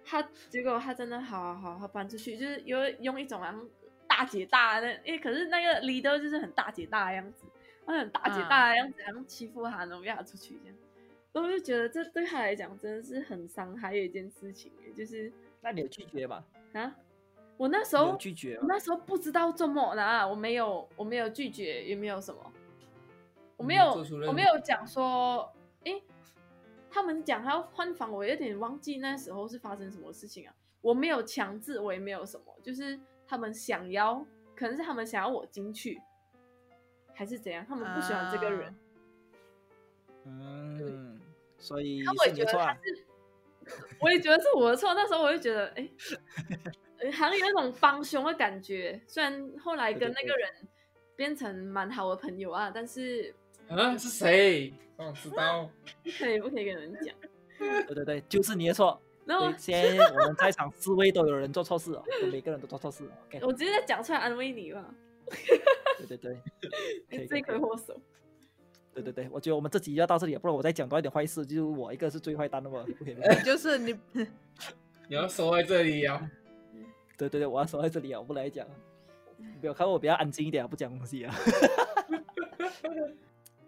Speaker 3: 他，结果他真的好好好搬出去，就是有用一种好像大姐大的那，因为可是那个 leader 就是很啊大姐大的样子，他很大姐大的样子，好像欺负他，然后让他出去这样。然后我就觉得这对他来讲真的是很伤害的一件事情，就是
Speaker 1: 那你有拒绝吗？
Speaker 3: 啊，我那时
Speaker 1: 你
Speaker 3: 候
Speaker 1: 有拒绝
Speaker 3: 我
Speaker 1: 吗？
Speaker 3: 那时候不知道怎么啦，我没有，我没有拒绝，也没有什么，我没
Speaker 4: 你
Speaker 3: 有
Speaker 4: 没有做出任，何
Speaker 3: 我没有讲说，诶，他们讲他要换房，我有点忘记那时候是发生什么事情啊。我没有强制，我也没有什么，就是他们想要，可能是他们想要我进去，还是怎样，他们不喜欢这个人，
Speaker 2: 啊
Speaker 1: 嗯，所以
Speaker 3: 那我
Speaker 1: 是
Speaker 3: 也
Speaker 1: 你的
Speaker 3: 觉得
Speaker 1: 错
Speaker 3: 他
Speaker 1: 啊。
Speaker 3: 是，我也觉得是我的错。那时候我就觉得，哎、呃好像有一种帮凶的感觉。虽然后来跟那个人变成蛮好的朋友啊，但是
Speaker 4: 啊，是谁？让我知 道。
Speaker 3: 不可以不可以跟人讲。
Speaker 1: 对对对，就是你的错。
Speaker 3: 然后
Speaker 1: 对，现在我们在场四位都有人做错事哦，每个人都做错事。OK，
Speaker 3: 我直接讲出来安慰你吧，
Speaker 1: 对对对，可
Speaker 3: 你
Speaker 1: 以
Speaker 3: 罪
Speaker 1: 可
Speaker 3: 魁
Speaker 1: 以
Speaker 3: 祸首。
Speaker 1: 对对对，我觉得我们这集要到这里了，不然我再讲多一点坏事，就是我一个是最坏蛋的嘛。不可以不可以
Speaker 2: 啊你就是你，
Speaker 4: 你要收在这里啊！
Speaker 1: 对对对，我要说在这里啊，我不来讲了。没有看我比较安静一点啊，不讲东西啊。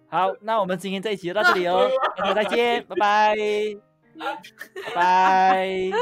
Speaker 1: 好，那我们今天这一集就到这里哦，大家再见，拜拜，拜拜。